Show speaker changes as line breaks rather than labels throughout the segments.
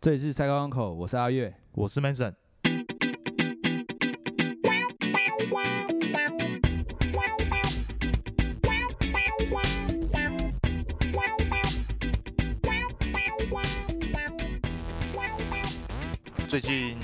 这里是赛高港口，我是阿月。
我是 Mason。最近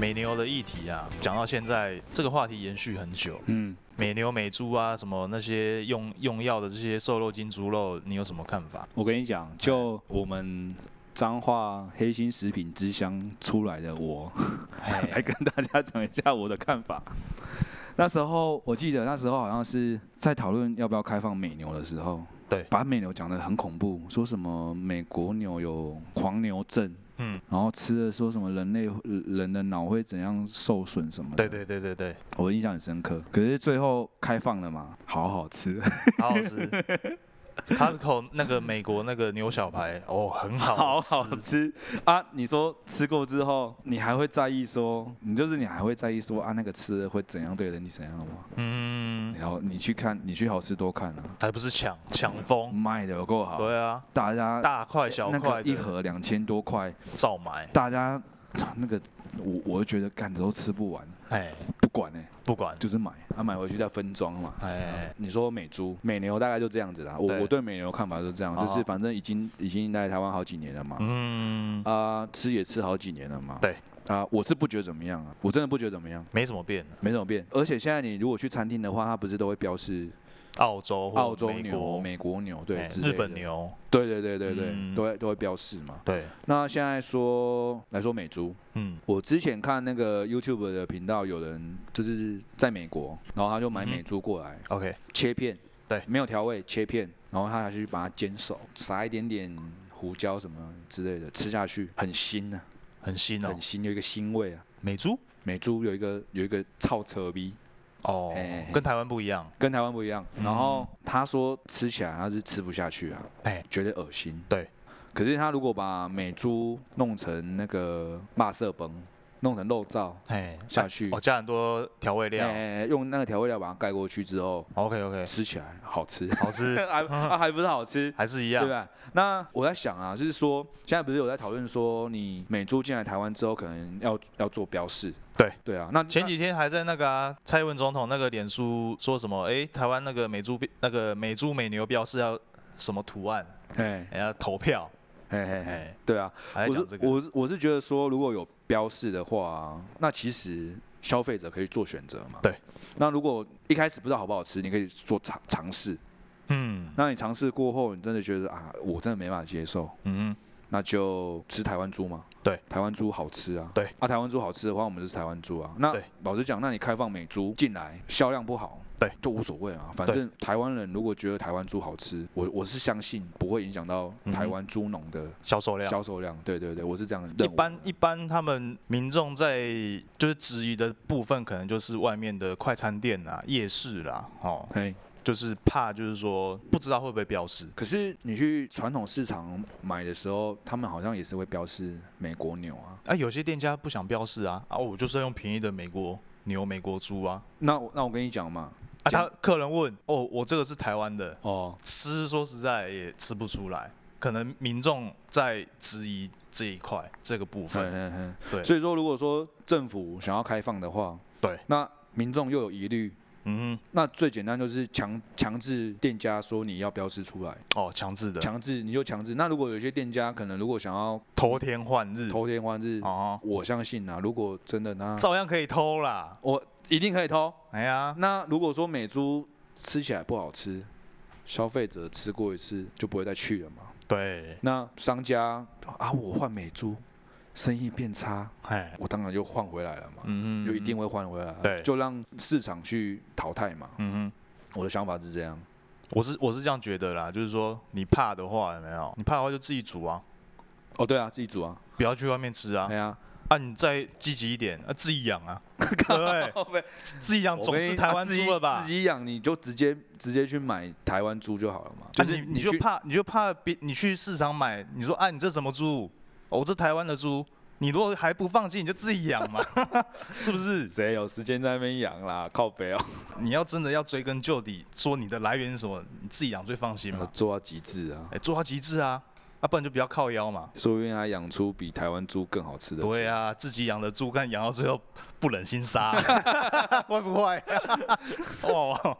美牛的议题啊，讲到现在，这个话题延续很久。
嗯，
美牛、美猪啊，什么那些用用药的这些瘦肉精、猪肉，你有什么看 法？
我跟你讲，就我们彰化黑心食品之乡出来的我， 来
哎，
跟大家讲一下我的看法。那时候我记得那时候好像是在讨论要不要开放美牛的时候，
对
把美牛讲得很恐怖，说什么美国牛有狂牛症，
嗯，
然后吃了说什么人类人的脑会怎样受损什么的，
对对对对对，
我印象很深刻。可是最后开放了嘛，好好吃，
好好吃。Costco 那个美国那个牛小排哦，很
好
好吃，
好吃啊！你说吃过之后，你还会在意说，你就是你还会在意说啊，那个吃了会怎样对人体怎样吗？
嗯，
然后你去看，你去好吃多看啊，
还不是抢抢疯，
卖的有够好，
对啊，
大家
大块小
那
块
个
的
一盒两千多块，
照买，
大家那个我我就觉得干的都吃不完，
哎，
不管呢、
不管，
就是买，啊买回去再分装嘛。
哎，
你说美猪、美牛大概就这样子啦，我
对啊
我对美牛看法就是这样，
好
就是反正已经已经来台湾好几年了嘛，
嗯，
啊、吃也吃好几年了嘛。
对。
啊、我是不觉得怎么样啊，我真的不觉得怎么样，
没怎么变。
没怎么变。而且现在你如果去餐厅的话，它不是都会标示
澳洲、
澳洲
美
牛、
国、
美国牛，
哎
对，之类
日本
的，
牛，
对对对对对，
嗯
都会都会标示嘛。
对，
那现在说来说美猪，
嗯，
我之前看那个 YouTube 的频道，有人就是在美国，然后他就买
嗯哼
美猪过来、
OK，
切片，
对
没有调味切片，然后他还去把它煎熟，撒一点点胡椒什么之类的，吃下去很腥啊，
很新哦
很，腥，有一个腥味啊。
美猪
美猪有一个有一个超扯逼，
哦
哎哎，
跟台湾不一样，
跟台湾不一样。
嗯
然后他说吃起来他是吃不下去啊，
哎，
觉得恶心。
对，
可是他如果把美猪弄成那个辣色崩，弄成肉燥
哎，
下去
哦，，加很多调味料
哎，用那个调味料把它盖过去之后，
，OK OK，
吃起来好 吃，
好吃，
还啊还不是好吃。
还是一
对
样，
吧？那我在想啊，就是说，现在不是有在讨论说，你美猪进来台湾之后，可能要要做标示。
对
对啊，那
前几天还在那个啊，蔡英文总统那个脸书说什么？哎、台湾那个美猪那个美猪美牛标示要什么图案？
那哎
哎、要投票，
哎哎
哎、
哎，对啊，
还在
我
讲
是
这个。
我是我是觉得说，如果有标示的话，那其实消费者可以做选择嘛。
对。
那如果一开始不知道好不好吃，你可以做尝尝试。
嗯
那你尝试过后，你真的觉得啊，我真的没办法接受，
嗯嗯，
那就吃台湾猪嘛。
对，
台湾猪好吃啊。
对。
啊，台湾猪好吃的话，我们就是台湾猪啊。那
对
老实讲，那你开放美猪进来，销量不好。
对，
就无所谓啊。反
对
正台湾人如果觉得台湾猪好吃，我我是相信不会影响到台
嗯哼
湾猪农的
销售量。
销售量。对对对，我是这样认为的。
一般一般，他们民众在就是质疑的部分，可能就是外面的快餐店啦、夜市啦，哦，
嘿。
就是怕就是说不知道会不会标示。
可是你去传统市场买的时候，他们好像也是会标示美国牛啊。
啊，有些店家不想标示啊，啊，我就是要用便宜的美国牛、美国猪啊。
那我那我跟你讲嘛，这
啊，他
样
客人问，哦，我这个是台湾的，
哦，
吃说实在也吃不出来，可能民众在质疑这一块这个部
嗯
分。
嗯嗯，
对
所以说，如果说政府想要开放的话，
对，
那民众又有疑虑，
嗯
那最简单就是强强制店家说你要标示出来，
哼，哦，强制的，
强制你就强制。那如果有些店家可能如果想要
偷天换日，
偷天换日，
哦，
我相信啊，如果真的那
照样可以偷啦。
我一定可以偷。
哎呀，
那如果说美猪吃起来不好吃，消费者吃过一次就不会再去了嘛。
对，
那商家啊，我换美猪，生意变差，
哎，
我当然就换回来了嘛，
嗯哼，
就一定，会换回来，啊
对
就让市场去淘汰嘛。
嗯哼。
我的想法是这样，
我是我是这样觉得啦，就是说你怕的话有没有？你怕的话就自己煮啊，
哦，对啊，自己煮啊，
不要去外面吃啊
哎。 呀，
啊，你再积极一点，啊，自己养 啊，对不对？自己养
我
总
跟
是
你
台湾
啊自己
猪了吧
自？己养你就直接直接去买台湾猪就好了嘛，就
啊
是
你你
去
就怕你就怕别你去市场买，你说啊，你这什么猪？哦，这台湾的猪。你如果还不放心，你就自己养嘛， 是不是？
谁有时间在那边养 啦，靠北哦，
你要真的要追根究底，说你的来源是什么，你自己养最放心嘛。
做到极致啊，
哎、做到极致啊！啊，啊，不然就比较靠腰嘛。
说不定他养出比台湾猪更好吃的。
对啊，自己养的猪，看养到最后不忍心 杀，会不会？ 哦，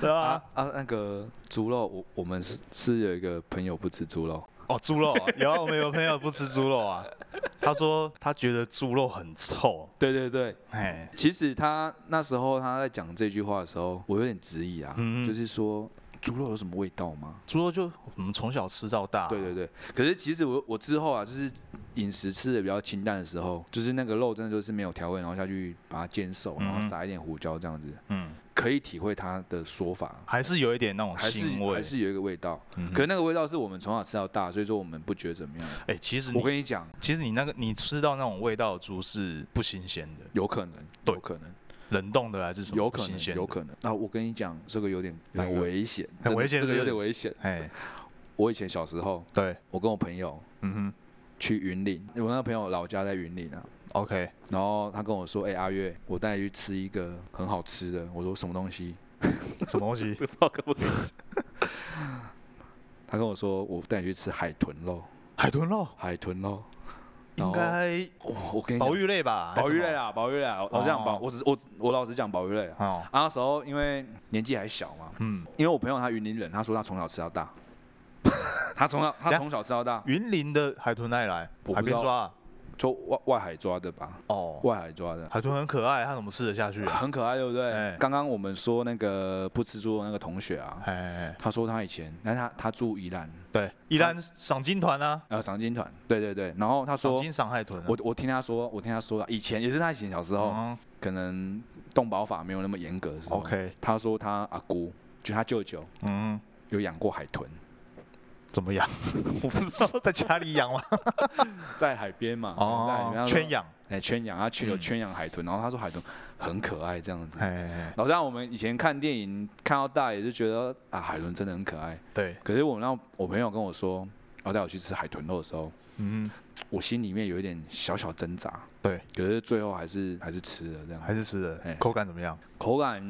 对
啊
吧？
啊，那个猪肉，我我们是是有一个朋友不吃猪肉，
哦，猪肉啊，有啊，我们有朋友不吃猪肉啊，他说他觉得猪肉很臭，
对对对，
哎，
其实他那时候他在讲这句话的时候，我有点质疑啊，
嗯
就是说猪肉有什么味道吗？
猪肉就我们从小吃到大，
对对对，可是其实我我之后啊，就是饮食吃的比较清淡的时候，就是那个肉真的就是没有调味，然后下去把它煎熟，然后
嗯
撒一点胡椒这样子，
嗯，
可以体会他的说法，
还是有一点那种
还是
哦腥味
还。是有一个味道，
嗯
可是那个味道是我们从小吃到大，所以说我们不觉得怎么样。
哎，其实
我
你
跟你讲，
其实你那个你吃到那种味道的猪是不新鲜的，
有可能，
对
有可能，
冷冻的还是什么
有
不
可
新
能，
鲜的？
有可能。那我跟你讲，这个有点有
哪
点
个
危险，
很
真的
危险
这个
是
有
不是
点危险。
哎，
我以前小时候，
对，
我跟我朋友
嗯
去云林，我那个朋友老家在云林啊，
哼，OK，
然后他跟我说：“哎、阿月，我带你去吃一个很好吃的。”我说：“什么东西？”
什么东西？
不可不可以。他跟我说：“我带你去吃海豚肉，
海豚肉，
海豚肉。”然
应
后
该
我我跟你讲
保育类吧？
保育类
啊？
啊，保育类啊，老实讲保，
哦
我只我只我老实讲保育类啊。
哦，
啊那时候因为年纪还小嘛，
嗯，
因为我朋友他云林人，他说他从小吃到大， 他从小他从小吃到大，
云林的海豚哪里来？
我不
海
知
边
道
抓啊？
就外外海抓的吧，
哦，
外海抓的，
海豚很可爱，它怎么吃得 下去啊？
很可爱，对不对
哎？
刚刚我们说那个不吃猪肉那个同学啊，
哎哎，哎
他说他以前，但他他住宜兰，
对，宜兰赏金团啊，
呃，赏金团，对对对，然后他
赏
说。
金赏海豚啊。
我哦我听他说，我听他说啊，以前也是他以前小时候，
嗯
可能动保法没有那么严格的时候
OK
他说他阿姑，就他舅舅，
嗯，
有养过海豚，
怎 么养？我不知 道，在家里养吗？
在海边嘛， 在海边
哦
他，说
圈，养。
哎，圈养，他圈有
嗯
圈养海豚，然后他说海豚很可爱这样子。
哎哎，哎
老实讲，我们以前看电影看到大，也就觉得啊，海豚真的很可爱。
对，
可是我让我朋友跟我说，要带我去吃海豚肉的时候，
嗯，
我心里面有一点小小挣扎，
对，
可是最后还是还是吃了这样。
还是吃
哎
的，口感怎么样？
口感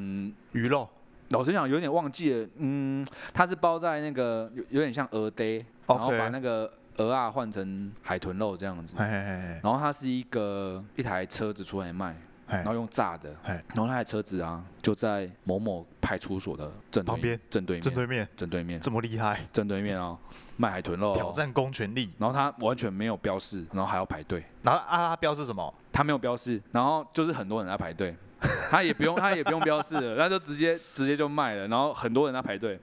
鱼肉
老实讲有点忘记了，嗯，它是包在那个有有点像鹅呆，然后
OK
把那个鹅啊换成海豚肉这样子。
哎哎
然后它是一个一台车子出来卖，
哎
然后
哎，
用炸的，
嘿
然后那台车子啊就在某某派出所的正对
旁边
正对面
正对面
正对面
这么厉害，
正对面哦，卖海豚肉哦
挑。战公权力。
然后他完全没有标示，然后还要排队，
然后阿拉标是什么？
他没有标示，然后就是很多人在排队， 他也不用他也不用标示了，他就直接直接就卖了，然后很多人在排队，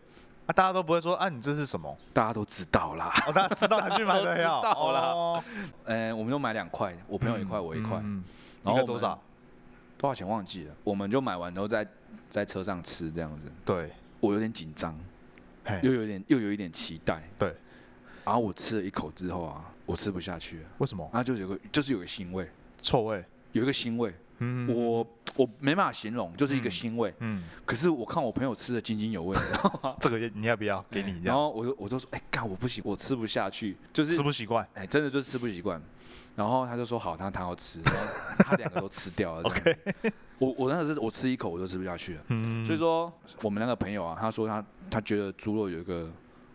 啊，大家都不会说啊，你这是什么？
大家都知道啦。
哦，大家知道还去买的
都
呀？
知道啦
哦，
呃，我们就买两块，我朋友一块，我一块，
嗯，嗯嗯
然后
一个
我
多
们
少？
多少钱忘记了，我们就买完之后在在车上吃这样子，
对，
我有点紧张，
嘿
又有点又有一点期待，
对。
然后我吃了一口之后啊，我吃不下去了，
为什么
然？后就有个就是有个腥味，
臭味。
有一个腥味，
嗯，
我我没办法形容，就是一个
嗯
腥味。
嗯，
可是我看我朋友吃的津津有味，你知道吗
这个也你要不要？ 给你这
然
样，
后我就我就说，哎、干我不行，我吃不下去，就是
吃不习惯。
哎、真的就是吃不习惯。然后他就说好，他他要吃，然后他两个都吃掉了。OK，我我那个是我吃一口我就吃不下去了。
嗯，
所以说我们那个朋友啊，他说他他觉得猪肉有一个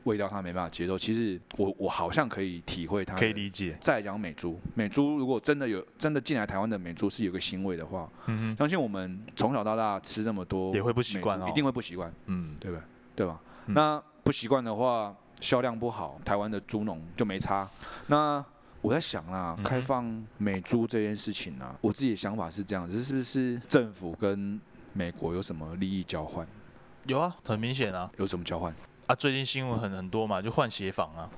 味道他没办法接受，其实我我好像可以体会他的。
可以理解。
再来讲美猪，美猪如果真的有真的进来台湾的美猪是有个腥味的话，
嗯
相信我们从小到大吃这么多
也会不习
美猪
惯哦
一定会不习惯。
嗯，
对吧？对吧？
嗯
那不习惯的话，销量不好，台湾的猪农就没差。那我在想啦，
嗯哼
开放美猪这件事情啊，我自己的想法是这样子，是不是政府跟美国有什么利益交换？
有啊，很明显啊。
有什么交换？
啊，最近新闻很很多嘛，就换协防啊，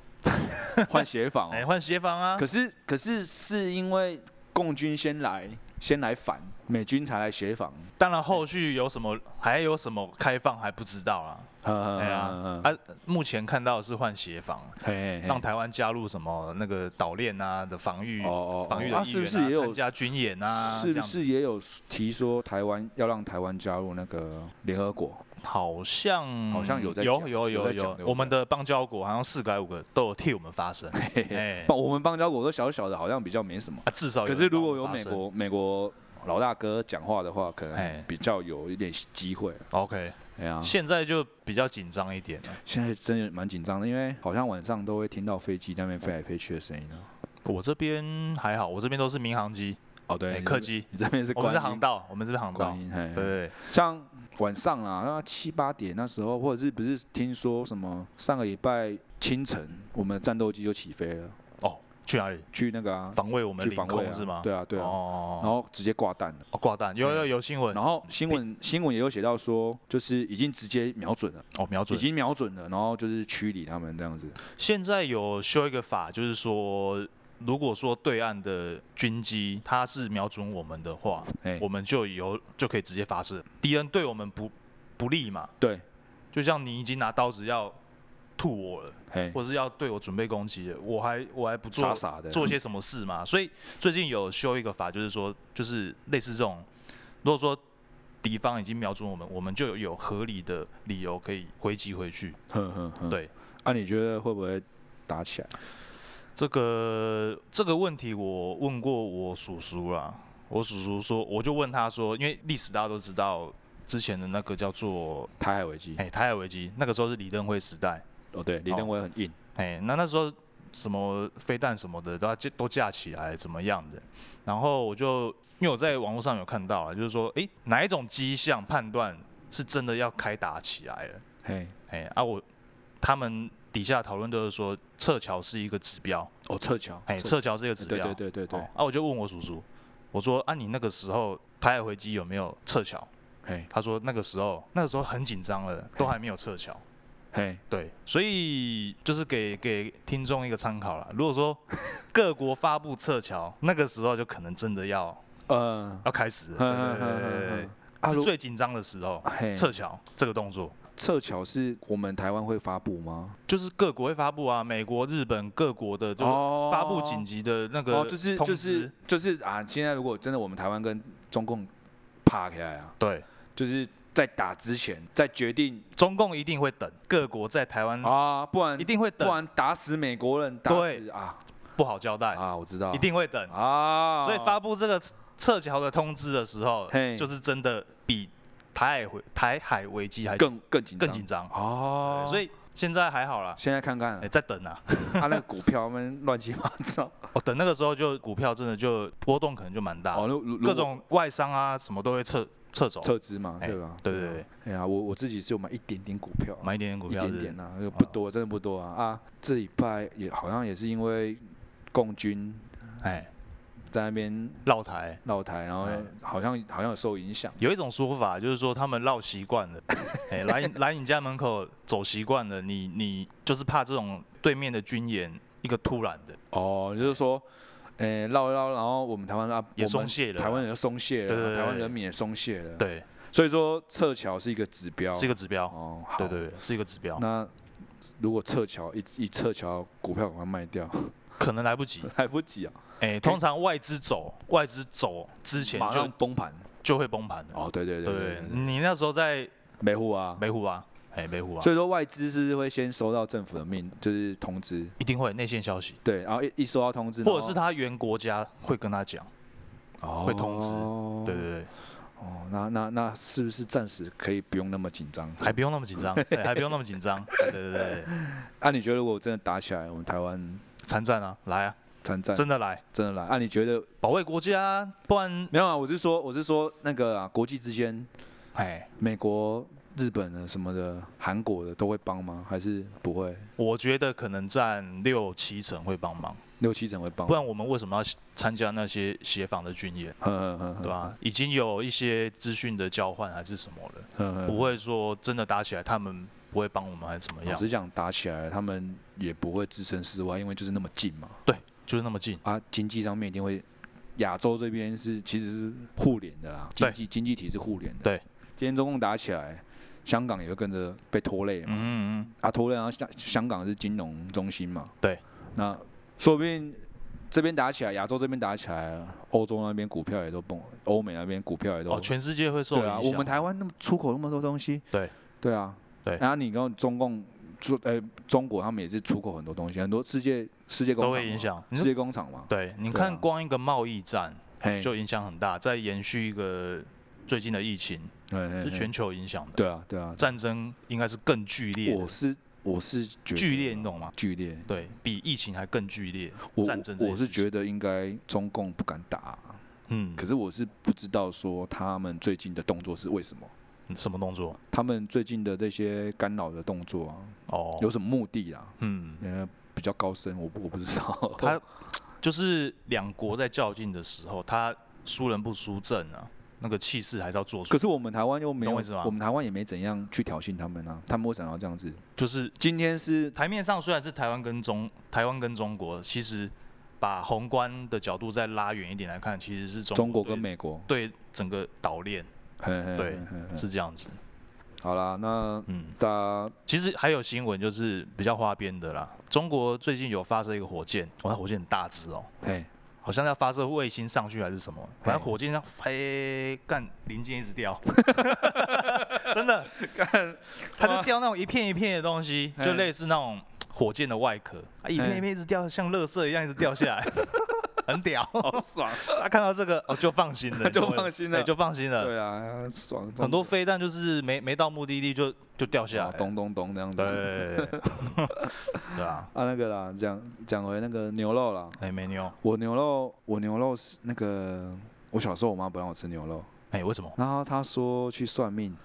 换协防、
哎，
哦。
换协防啊。
可是，可是是因为共军先来，先来反，美军才来协防。
当然后续有什么还有什么开放还不知道啦。哎
哎
呀，啊，目前看到的是换协防，
嘿嘿嘿
让台湾加入什么那个岛链啊的防御
哦哦哦
防御
啊
的意
是不
愿
是也有
参加军演啊，
是
这
不
样子
是也有提说台湾要让台湾加入那个联合国？
好像
好像有在
有
讲有
有有
在讲对不对
我们的邦交国好像四个还五个都有替我们发声，
嘿嘿
哎
邦我们邦交国都小小的，好像比较没什么。
啊至少
可
人
是如果
帮
有
我们
美
发声
国美国老大哥讲话的话，可能
哎啊
比较有一点机会。
，OK，
哎呀、
现在就比较紧张一点了。
现在真的蛮紧张的，因为好像晚上都会听到飞机在那边飞来飞去的声音呢。
我这边还好，我这边都是民航机，
哦，对，
哎
你
客
这
机，
你这边是
我们是
观
航
音
道，我们这边航道
观。音，嘿
对，对，
像晚上啦，那七八点那时候，或者是不是听说什么上个礼拜清晨，我们的战斗机就起飞了，
哦，去哪里？
去那个啊，
防卫我们
去
领
防卫、
空
啊、
是吗？
对啊，对啊，然
哦，
后直接挂弹了。
哦挂弹，有有有新闻
然后新闻新闻也有写到说，就是已经直接瞄准了，
哦，瞄
已
准。
经瞄准了，然后就是驱离他们这样子。
现在有修一个法，就是说，如果说对岸的军机它是瞄准我们的话，
哎
我，们就有就可以直接发射，敌人对我们不不利嘛。
对，
就像你已经拿刀子要吐我了，
嘿，
或是要对我准备攻击了，我还我还不做
傻傻的
做些什么事嘛？所以最近有修一个法，就是说，就是类似这种，如果说敌方已经瞄准我们，我们就有合理的理由可以回击回去。
哼哼哼。
对，
啊，你觉得会不会打起来？
这个这个问题我问过我叔叔啦，我叔叔说，我就问他说，因为历史大家都知道。之前的那个叫做
台海危机？
哎、台海危机，那个时候是李登辉时代，
哦，对，李登辉很硬。
哎、那那时候什么飞弹什么的都要架都架起来，怎么样的？然后我就因为我在网络上有看到了，就是说，哎、哪一种迹象判断是真的要开打起来了？
嘿，
哎、啊我，他们底下讨论都是说撤侨是一个指标，
哦，撤侨。
哎、撤侨是一个指
对
标，
对对对对
哦。啊，我就问我叔叔，我说啊，你那个时候台海回击有没有撤侨？
嘿，
他说那个时候那个时候很紧张了，都还没有撤侨。
嘿，
对，所以就是给给听众一个参考啦。如果说各国发布撤侨，那个时候就可能真的要
呃，
要开始了，
哼哼哼
对对
哼
对对
哼
对
啊，
对，是
如
最紧张的时候。
嘿
撤侨这个动作，
撤侨是我们台湾会发布吗？
就是各国会发布啊，美国、日本各国的就
哦
发布紧急的那个
哦，就是
通
就
知
是，就是啊！现在如果真的我们台湾跟中共啪起来啊，
对，
就是在打之前，在决定
中共一定会等，各国在台湾
啊，不然
嗯一定会
不
等，
然打死美国人，打死
对
啊
不好交代，
啊！我知道，
一定会等。
啊，
所以发布这个撤侨的通知的时候
嘿，
就是真的比台海危台海危机还
更更紧
更紧
张
张。
哦
对，所
以
以现在还好啦，
现在看看啊
哎，在等啊，
他那个股票他们乱七八 糟
哦，等那个时候就股票真的就波动可能就蛮大
哦，
的，
如如如
啊
果
各种外商啊什么都会撤撤走，
撤资嘛，
哎
对吧？
对对对，
哎呀，我我自己是有买一点点股票啊，
买一点点股
一
票
点
是
点啊，就不多，真的不多啊啊！这礼拜也好像也是因为共军
哎
在那边
绕台。
闹台，然后
哎
好像好像有受影响。
有一种说法就是说他们绕习惯 了，哎，来你来你家门口走习惯了，你你就是怕这种对面的军演一个突然的，
哦，就是说，诶、唠一唠，然后我们台湾啊，
也
我们
松懈了
台湾人就松懈了，
对对对
台湾人民也松懈了。，
对，
所以说撤侨是一个指标，
是一个指标，
哦，好
对对对，是一个指标，
那如果撤侨一一撤侨，股票赶快卖掉，
可能来不及，
来不及啊，
哎，通常外资走，外资走之前
马上
就
崩盘。
就会崩盘的，
哦，对对
对
对
对，
对，
你那时候在
没户啊，
北湖啊，哎，北湖啊，
所以说外资是不是会先收到政府的命，就是通知？
一定会内线消息，
对，然后一一收到通知，
或者是他原国家会跟他讲，
他
会通知
哦、
对对对，
哦，那那那是不是暂时可以不用那么紧张？
还不用那么 紧张，对，还不用那么紧张，对对对，对
啊，你觉得如果真的打起来，我们台湾
参战啊，来啊，
参战
真的来，
真的来？啊，你觉得
保卫国家啊，不然，
没有啊？我是说，我是说那个啊，国际之间，
哎，
美国、日本的什么的，韩国的都会帮吗？还是不会？
我觉得可能占六七成会帮忙，
六七成会帮吗？
不啊然我们为什么要参加那些协防的军演，
哼，哼哼哼，
对啊吧？已经有一些资讯的交换还是什么了，
哼？哼
不。会啊说真的打起来，他们不会帮我们还是怎么
老
样，
实讲，打起来了他们也不会置身事外，因为就是那么近嘛。
就是那么近。
啊，经济上面一定会，亚洲这边是其实是互联的啦，经
对
济经济体是互联的。
对，
今天中共打起来，香港也会跟着被拖累嘛。
嗯嗯
啊，拖累，然后香香港是金融中心嘛。
对，
那说不定这边打起来，亚洲这边打起来，欧洲那边股票也都崩，欧美那边股票也
嗯，
都。
哦，全世界会受
对
影
啊，
响。
我们台湾那么出口那么多东西。
对。
对啊。
对
然后你跟中共。出呃，中国他们也是出口很多东西，很多世界世界工
都
厂
会影
嘛
响。你
啊世
是
界工厂嘛，
对，你
对啊
看光一个贸易战
嘿，
就影响很大，再延续一个最近的疫情，
嘿嘿
是
嘿
全球影响的。
哎对啊对啊，
战争应该是更剧烈的
我是我是觉得
剧烈，你懂吗？
剧烈，
对比疫情还更剧烈。
我
战争这
我
件
我是
事情
觉得应该中共不敢打，
嗯，
可是我是不知道说他们最近的动作是为什么，
什么动作？
他们最近的这些干扰的动作啊，
哦，
有什么目的啊？
嗯，
呃，比较高深，我不我不知道。
他就是两国在较劲的时候，他输人不输阵啊，那个气势还是要做出
可。是我们台湾又没有，
懂我意思吗
我们台湾也没怎样去挑衅他们啊，他们为什么要这样子？
就是
今天是
台面上虽然是台湾跟中台湾跟中国，其实把宏观的角度再拉远一点来看，其实是中
中国
对
跟美国，
对整个岛链
嘿嘿
对
嘿嘿嘿
是这样子。
好啦，那
嗯，
大家
其实还有新闻就是比较花边的啦。中国最近有发射一个火箭，哇，火箭很大只哦，
嘿，
好像要发射卫星上去还是什么，反正火箭要飞，干零件一 直掉，真的，干，它就掉那种一片一片的东西，
嘿
就类似那种火箭的外壳，啊，一片一片一直掉，像垃圾一样一直掉 下来，很屌。
好爽，
他看到这个哦，就放心了，
哦 就
你懂我哎
放心了
对就放心了。
对啊，爽，
很多飞弹就是没没到目的地就就掉下来
啊，
了，
咚咚咚这样子。
对对 对，对啊，
啊，那个啦，讲讲回那个牛肉啦，
哎，没妞，
我牛肉，我牛肉是那个，我小时候我妈不让我吃牛肉，
哎，为什么？
然后她说去算命，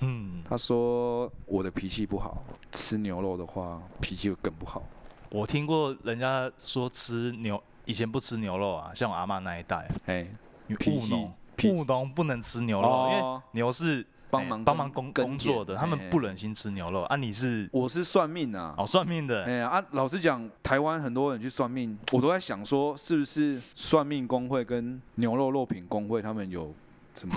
嗯，
她说我的脾气不好，吃牛肉的话脾气会更不好。
我听过人家说吃牛，以前不吃牛肉啊，像我阿妈那一代，
哎，
因为
脾
务
气
农
脾
务农不能吃牛肉，因为
哦，
牛是
帮
哎
忙
帮
耕
忙工
耕
工作
田
的，他们
哎
不忍心吃牛肉啊。你是
我是算命啊。
哦算命的，
哎呀啊，老实讲，台湾很多人去算命，我都在想说，是不是算命工会跟牛肉肉品工会他们有什么？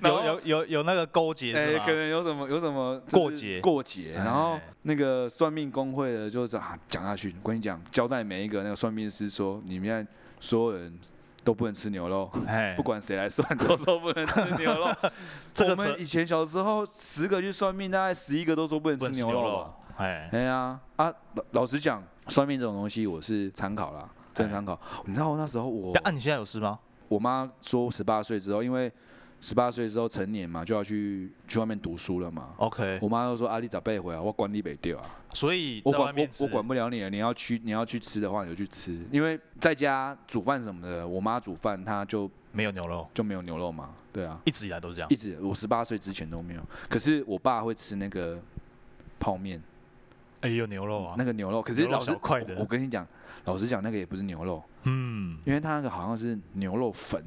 然后
有有有有那个勾结是吧
哎可？能有什么有什么就是
过节
过节，
哎
然后那个算命工会的就是啊讲下去，我跟你讲，交代每一个那个算命师说，你们现在所有人都不能吃牛肉，
哎
不，管谁来算都说不能吃 牛 肉。
这个
我们
扯
以前小时候十个去算命，大概十一个都说不能
不
吃
能吃
牛
牛
肉吧
肉。，哎，
哎呀啊，老老实讲，算命这种东西我是参考
哎
啦，真的参考。你知道那时候我
啊，你现在有吃吗？
我妈说十八岁之后，因为十八岁之后成年嘛，就要去去外面读书了嘛。
OK，
我妈就说：“啊，你咋背回来？我管你北丢啊，
所以
我
在外
管我
面吃
我管不了你啊了。你要去你要去吃的话，你就去吃。因为在家煮饭什么的，我妈煮饭她就
没有牛肉，
就没有牛肉嘛，对啊，
一直以来都是这样
一。直我十八岁之前都没有。可是我爸会吃那个泡面，
哎，有牛肉啊
那，个牛肉。可是
牛肉
老师
小块的
我我跟你讲，老实讲，那个也不是牛肉，
嗯，
因为它那个好像是牛肉粉，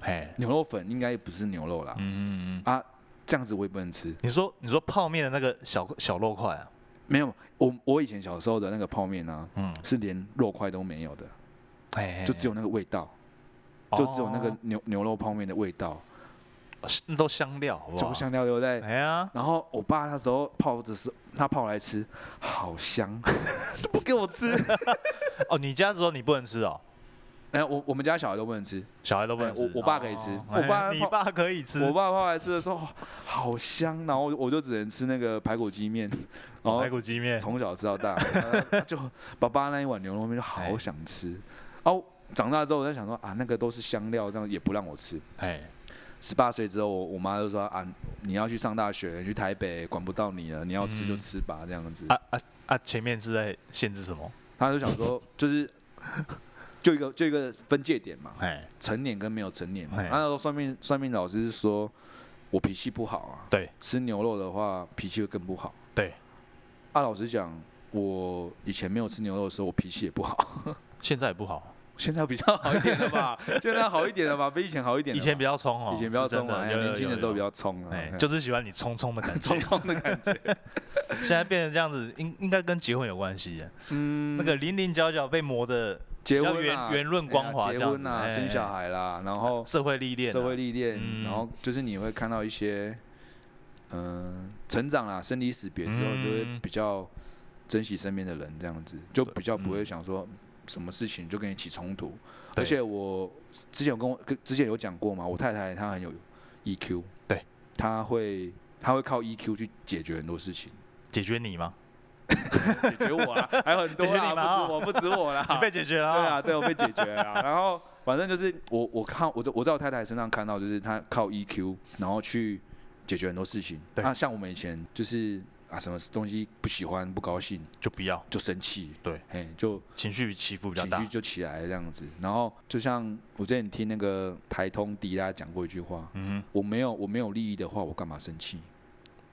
哎，
牛肉粉应该不是牛肉啦。
嗯嗯嗯，
啊，这样子我也不能吃。
你说你说泡面的那个小小肉块啊，
没有，我我以前小时候的那个泡面啊，
嗯，
是连肉块都没有的，
哎，
就只有那个味道。就只有那个牛牛肉泡面的味道，
哦那都香料，好不
就
好？
香料对不对？
哎呀，
然后我爸那时候泡的时候，他泡来吃，好 香，不给我吃。
哦，你家的时候你不能吃哦，
哎，我我们家小孩都不能吃，
小孩都不能
哎
吃
我。我爸可以吃
哦
我爸
哎你爸可以吃，
我爸泡来吃的时候，哇好香，然后我就只能吃那个排骨鸡面，然
哦
后
排骨鸡 面，
从小吃到 大，呃就爸爸那一碗牛肉面就好想
哎
吃。哦，长大之后我在想说啊，那个都是香料，这样也不让我吃。
哎，
十八岁之后，我我妈就说啊，你要去上大学，你去台北，管不到你了，你要吃就
嗯
吃吧，这样子。
啊啊啊，前面是在限制什么？
她就想说，就是就一个就一个分界点嘛，
哎，
成年跟没有成年嘛。
哎
啊那时候算命算命老师是说我脾气不好啊，
对，
吃牛肉的话脾气会更不好。
对，
啊，老实讲，我以前没有吃牛肉的时候，我脾气也不好。
现在也不好，
现在比较哦好一点了 吧？现在好一点了吧？比以前好一点了
以
吧。
前比较冲哦，
以前比较
是真
冲
的
啊，哎
有有
年轻的时候比
有
较冲啊，
哎，
哎
就是喜欢你冲冲的感觉
冲，冲的感觉。
现在变成这样子，应应该跟结婚有关系耶，
嗯，
那个棱棱角角被磨的
结
比较
婚啊
圆圆润光滑
哎呀
这
结
样
婚啊，
子哎
生小孩啦，然后
社会历练啊，
社会历练，
嗯
然后就是你会看到一些，嗯，成长啦，生离死别之后，
嗯
就会比较珍惜身边的人，这样子就比较不会
嗯
想说什么事情就跟你起冲突。
对
而且我之前有跟我跟之前有讲过嘛，我太太她很有 E EQ，
对，
E 她会她会靠 EQ 去解决很多事情。
解决你吗？啊
解决我啦， 还有很多
解决你们
啦，
啊
不止我，不止我啦，
你被解决了、
对啊，对我被解决了啊。然后反正就是我我看我在我在我太太身上看到，就是她靠 EQ 然后去解决很多事情。
对
那像我们以前就是啊什么东西不喜欢不高兴
就不要
就生气，
对，
嘿就
情绪起伏比较
情
大
绪。就起来了这样子。然后就像我之前听那个台通迪拉讲过一句话。
嗯
我没有我没有利益的话，我干嘛生气？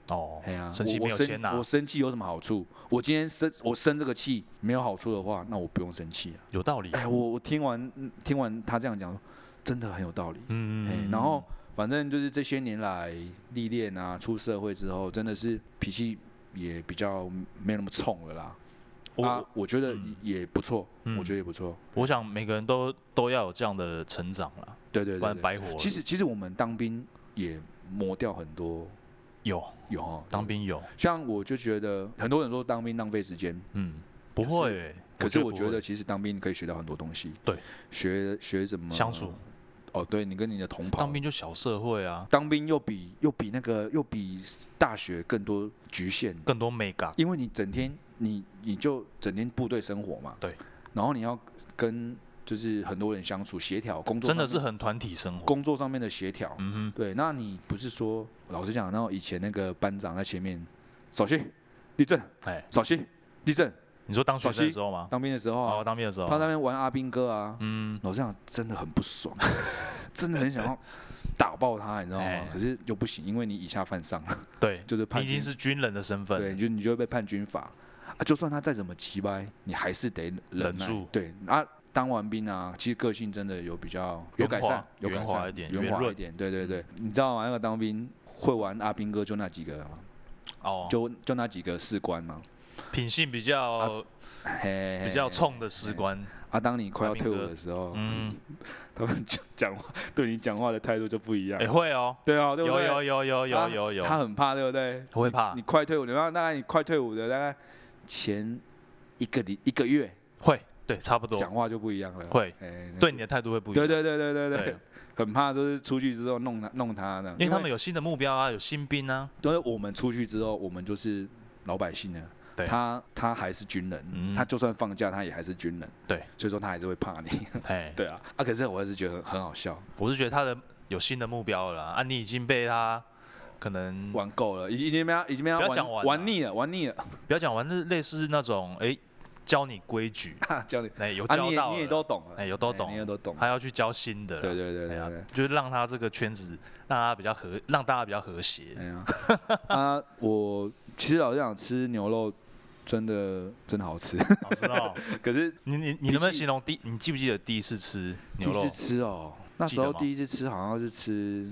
哼，哦
哎呀、，
生气
我
没有
我
钱
生
拿
我，生气有什么好处？我今天生我生这个气没有好处的话，那我不用生气啊。
有道理。
哎，我我听完嗯听完他这样讲，真的很有道理。哎
嗯，，
然后反正就是这些年来历练啊，出社会之后，真的是脾气也比较没那么冲了啦。啊
我，
我觉得
嗯
也不错，
嗯
我觉得也不错。
我想每个人都都要有这样的成长啦，
对对
不
对
然
对
白活了。
其实其实我们当兵也磨掉很多，
有
有哦，
当兵有，
像我就觉得很多人说当兵浪费时间，
嗯，不
可是
会欸。
可是我
不
觉
会
得其实当兵可以学到很多东西。
对，
学学怎么
相处。
哦，对你跟你的同袍
当兵就小社会啊，
当兵又比又比那个又比大学更多局限，
更多美感。
因为你整天你你就整天部队生活嘛，
对，
然后你要跟就是很多人相处协调工作上
真
面，
的是很团体生活。
工作上面的协调，
嗯
对，那你不是说老实讲，那我以前那个班长在前面扫兴立正，
哼，哎，
扫兴立正，
你说当学生
小
的
西
时候吗？
当兵的时候
哦，
啊，
当兵的时候
他，在那边玩阿兵哥啊，
嗯，
老实讲真的很不爽， 真的很想要打爆他，你知道吗
哎？
可是又不行，因为你以下犯上。
对，
就是
你
判
已经
军，
是军人的身份
对，
了，
你就你就会被判军法啊。就算他再怎么急掰，你还是得忍
忍
耐
住
对啊，当完兵啊，其实个性真的有比较有
圆
改
滑
善，有
圆
改
滑
善
一点
圆
圆
滑一
润嗯
点。对对对，你知道吗？那个当兵会玩阿兵哥就那几个人嘛，
哦，
就就那几个士官嘛，
品性比
啊
较
嘿嘿
比较
嘿
冲的士官，
啊。当你快
阿
要
兵
退伍
哥
的时候，
嗯，
他们就讲话对你讲话的态度就不一样
也。会哦，
对啊，对
有
不对？
有有有有
啊
有啊
他
有，
很怕，对不对？
我会怕
你，快退伍，然后大概你快退伍的大概前一个礼一个月，
会，对，差不多，
讲话就不一样了。
会
哎，
对你的态度会不一
对
样，
对对对对对
对，
很怕就是出去之后弄他弄他的，
因为他们有新的目标啊，有新兵啊，
因为我们出去之后，我们就是老百姓呢。
对
他他还是军人，
嗯
他就算放假，他也还是军人。
对，
所以说他还是会怕 你。
哎，
对啊，啊，可是我还是觉得很很好笑，
我是觉得他的有新的目标了啦啊，你已经被他可能
玩够了，已已经被他已经被他
嗯不要讲啊
玩
玩
玩
了
腻了，玩腻了。
不要讲完，是类似那种哎，教你规矩，
哈教你，
哎，有
啊，你
教
也
到
你也
了，
都懂了，
哎，有都
哎你
懂
也，都懂了。
还要去教新的啦，
对对对对
哎呀
对。
就是让他这个圈子，让他比较和，让大家比较 和谐。
哎呀，啊，我其实老实讲，吃牛肉真的真的好吃，
好知道，
可是
你你
比
你能不能
起
形容第？你记不记得第一次吃牛
第一
肉
次？吃哦，那时候
记得吗
第一次吃好像是吃，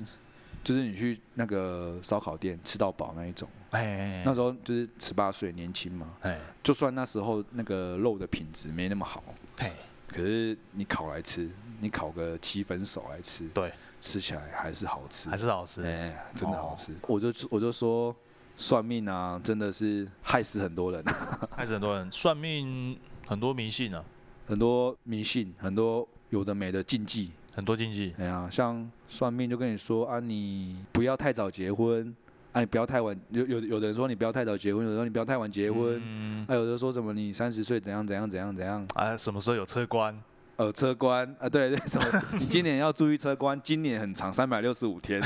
就是你去那个烧烤店吃到饱那一种。
哎哎
那时候就是十八岁，年轻嘛，
哎
就算那时候那个肉的品质没那么好，
哎，
可是你烤来吃，你烤个七分熟来吃，
对，
吃起来还是好吃，
还是好吃。
哎、真的好
哦
吃。我就我就说。算命啊，真的是害死很多人，啊
还是很多人算命，很多迷信啊，
很多迷信，很多有的没的禁忌。
很多禁忌。
哎呀，像算命就跟你说啊，你不要太早结婚，啊，你不要太晚。有有有的人说你不要太早结婚，有的人说你不要太晚结婚，啊
嗯
还、有的说什么你三十岁怎样怎样怎样怎样，
啊，什么时候有车关？
呃，车关啊，对对，什么 你今年要注意车关，今年很长，三百六十五天。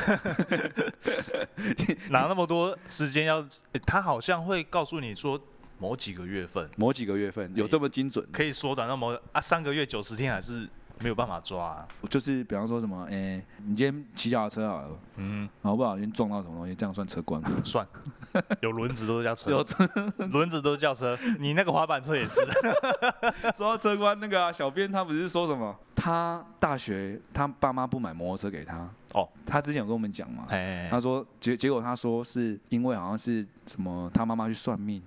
哪那么多时间要？哎他好像会告诉你说某几个月份
某几个月份有这么精准？
可以缩短到某啊三个月九十天，还是没有办法抓啊。
就是比方说什么，哎、你今天骑脚踏车好了，
嗯，
然后不小心撞到什么东西，这样算车关吗？
算， 有轮子都叫车，
有
轮子都叫车，你那个滑板 车也是。
说到车关那个、啊、小编，他不是说什么？他大学他爸妈不买摩托车给他
哦，
他之前有跟我们讲嘛，
哎，
他说结结果他说是因为好像是什么他妈妈去算命，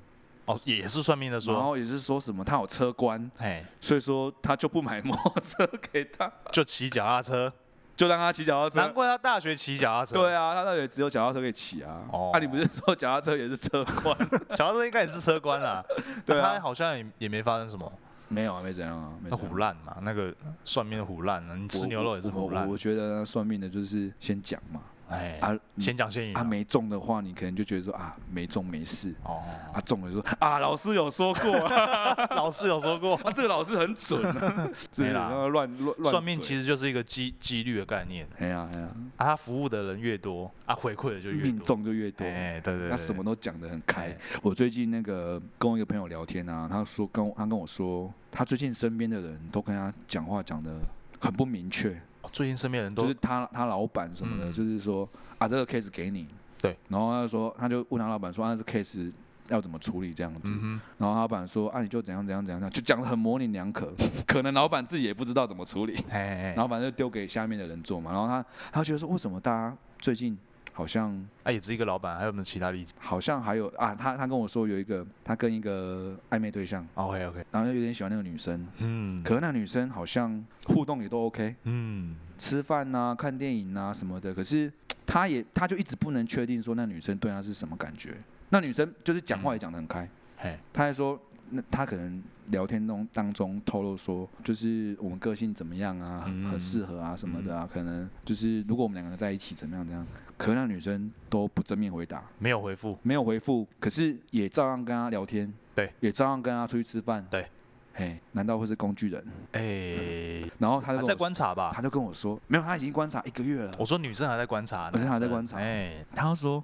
哦，也是算命的
然
说，
后也是说什么他有车关，
哎，
所以说他就不买摩托车给他，
就骑脚踏车，
就让他骑脚踏
难
车。
怪他大学骑脚踏车。
啊对，啊，他到底只有脚踏车可以骑啊？
哦
啊，你不是说脚踏车也是车 关？
脚踏车应该也是车关啦。
对啊
他好像也也没发生什么。
没有啊，没怎样啊，没
那
怎样
虎烂嘛，那个算命的虎烂啊，你吃牛肉也是
我
虎
我
烂
我。觉得算命的就是先讲嘛，
哎，
啊
先讲先赢
啊
啊。
没中的话，你可能就觉得说啊没中没事，
哦，
啊中了就说啊老师有说 过啊，
老师有 说过，
啊这个老师很准 啊，
没啦
然后乱乱乱
算命其
实
实就是一个几几率的概念
哎呀哎呀，
啊，他服务的人越多啊，回馈的就越多。
命中就越多。
哎，对对对，
他什么都讲得很开
哎。
我最近那个跟我一个朋友聊天啊，他说跟我他跟我说，他最近身边的人都跟他讲话讲得很不明确，
哦最近身边的人
就
都
是他他老板什么的，
嗯
就是说啊这个 case 给你，
对，
然后他就说他就问他老板说啊这 case 要怎么处理这样子，
嗯哼，
然后他老板说啊你就怎样怎样怎样，就讲得很模棱两可， 可能老板自己也不知道怎么处理，
哎哎
然，后反正就丢给下面的人做嘛，然后他他觉得说为什么大家最近好像
哎，也只是一个老板，还有没有其他例子
好像还有啊，他他跟我说有一个，他跟一个暧昧对象，
？OK OK，
然后有点喜欢那个女生，
嗯，
可是那女生好像互动也都 OK，
嗯，
吃饭呐、看电影呐、什么的，可是他也他就一直不能确定说那女生对他是什么感觉。那女生就是讲
嗯
话也讲得很开，
嘿，
她还说那她可能聊天中当中透露说，就是我们个性怎么样啊，
嗯
很适合啊什么的啊，可能就是如果我们两个在一起怎么样怎么样，可是那女生都不正面回答。
没有回复，
没有回复，可是也照样跟他聊天，
对，
也照样跟他出去吃饭，
对，
嘿，难道会是工具人？
哎，
然后他就
还
跟
在
我说，
观察吧
他。就跟我说，没有，他已经观察一个月了。
我说女生还在观察，
女生还在
男
观察
哎，
他就说，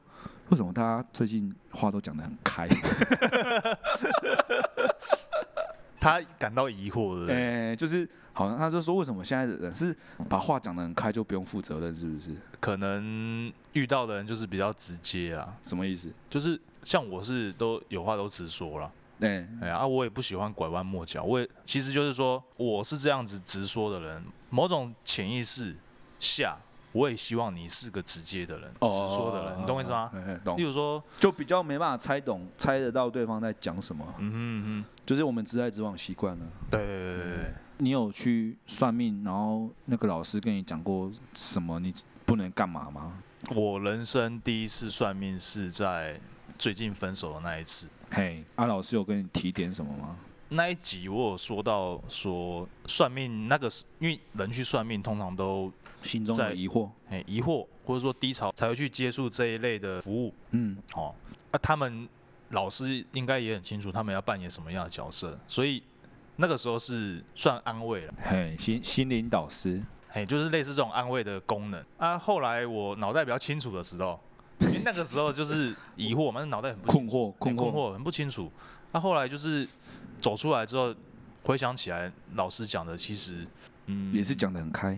为什么大家最近话都讲得很开？
他感到疑惑的。对
哎、就是好像他就说，为什么现在的人是把话讲得很开就不用负责任，是不是？
可能遇到的人就是比较直接啊，
什么意思？
就是像我是都有话都直说了，
哎、
哎呀啊，我也不喜欢拐弯抹角，我也其实就是说我是这样子直说的人，某种潜意识下，我也希望你是个直接的人，直说的哦人，你懂我意思吗？
哎？哎
例
懂，
如说，
就比较没办法猜懂、猜得到对方在讲什么，
嗯哼嗯
就是我们直来直往习惯了。
哼，对对对对对，
你有去算命，然后那个老师跟你讲过什么你不能干嘛吗？
我人生第一次算命是在最近分手的那一次，
嘿，啊，老师有跟你提点什么吗？
那一集我有说到说算命那个是，因为人去算命通常都
心中
在
有疑惑，
哎、疑惑或者说低潮才会去接触这一类的服务
嗯，
哦。那、他们老师应该也很清楚他们要扮演什么样的角色，所以那个时候是算安慰了，
嘿，心心灵导师，
哎、就是类似这种安慰的功能。啊，后来我脑袋比较清楚的时候，因为那个时候就是疑惑嘛，脑袋很不
困
清楚
惑，困
很困
惑，
惑，很不清楚。那、后来就是走出来之后，回想起来，老师讲的其实，嗯，
也是讲得很开，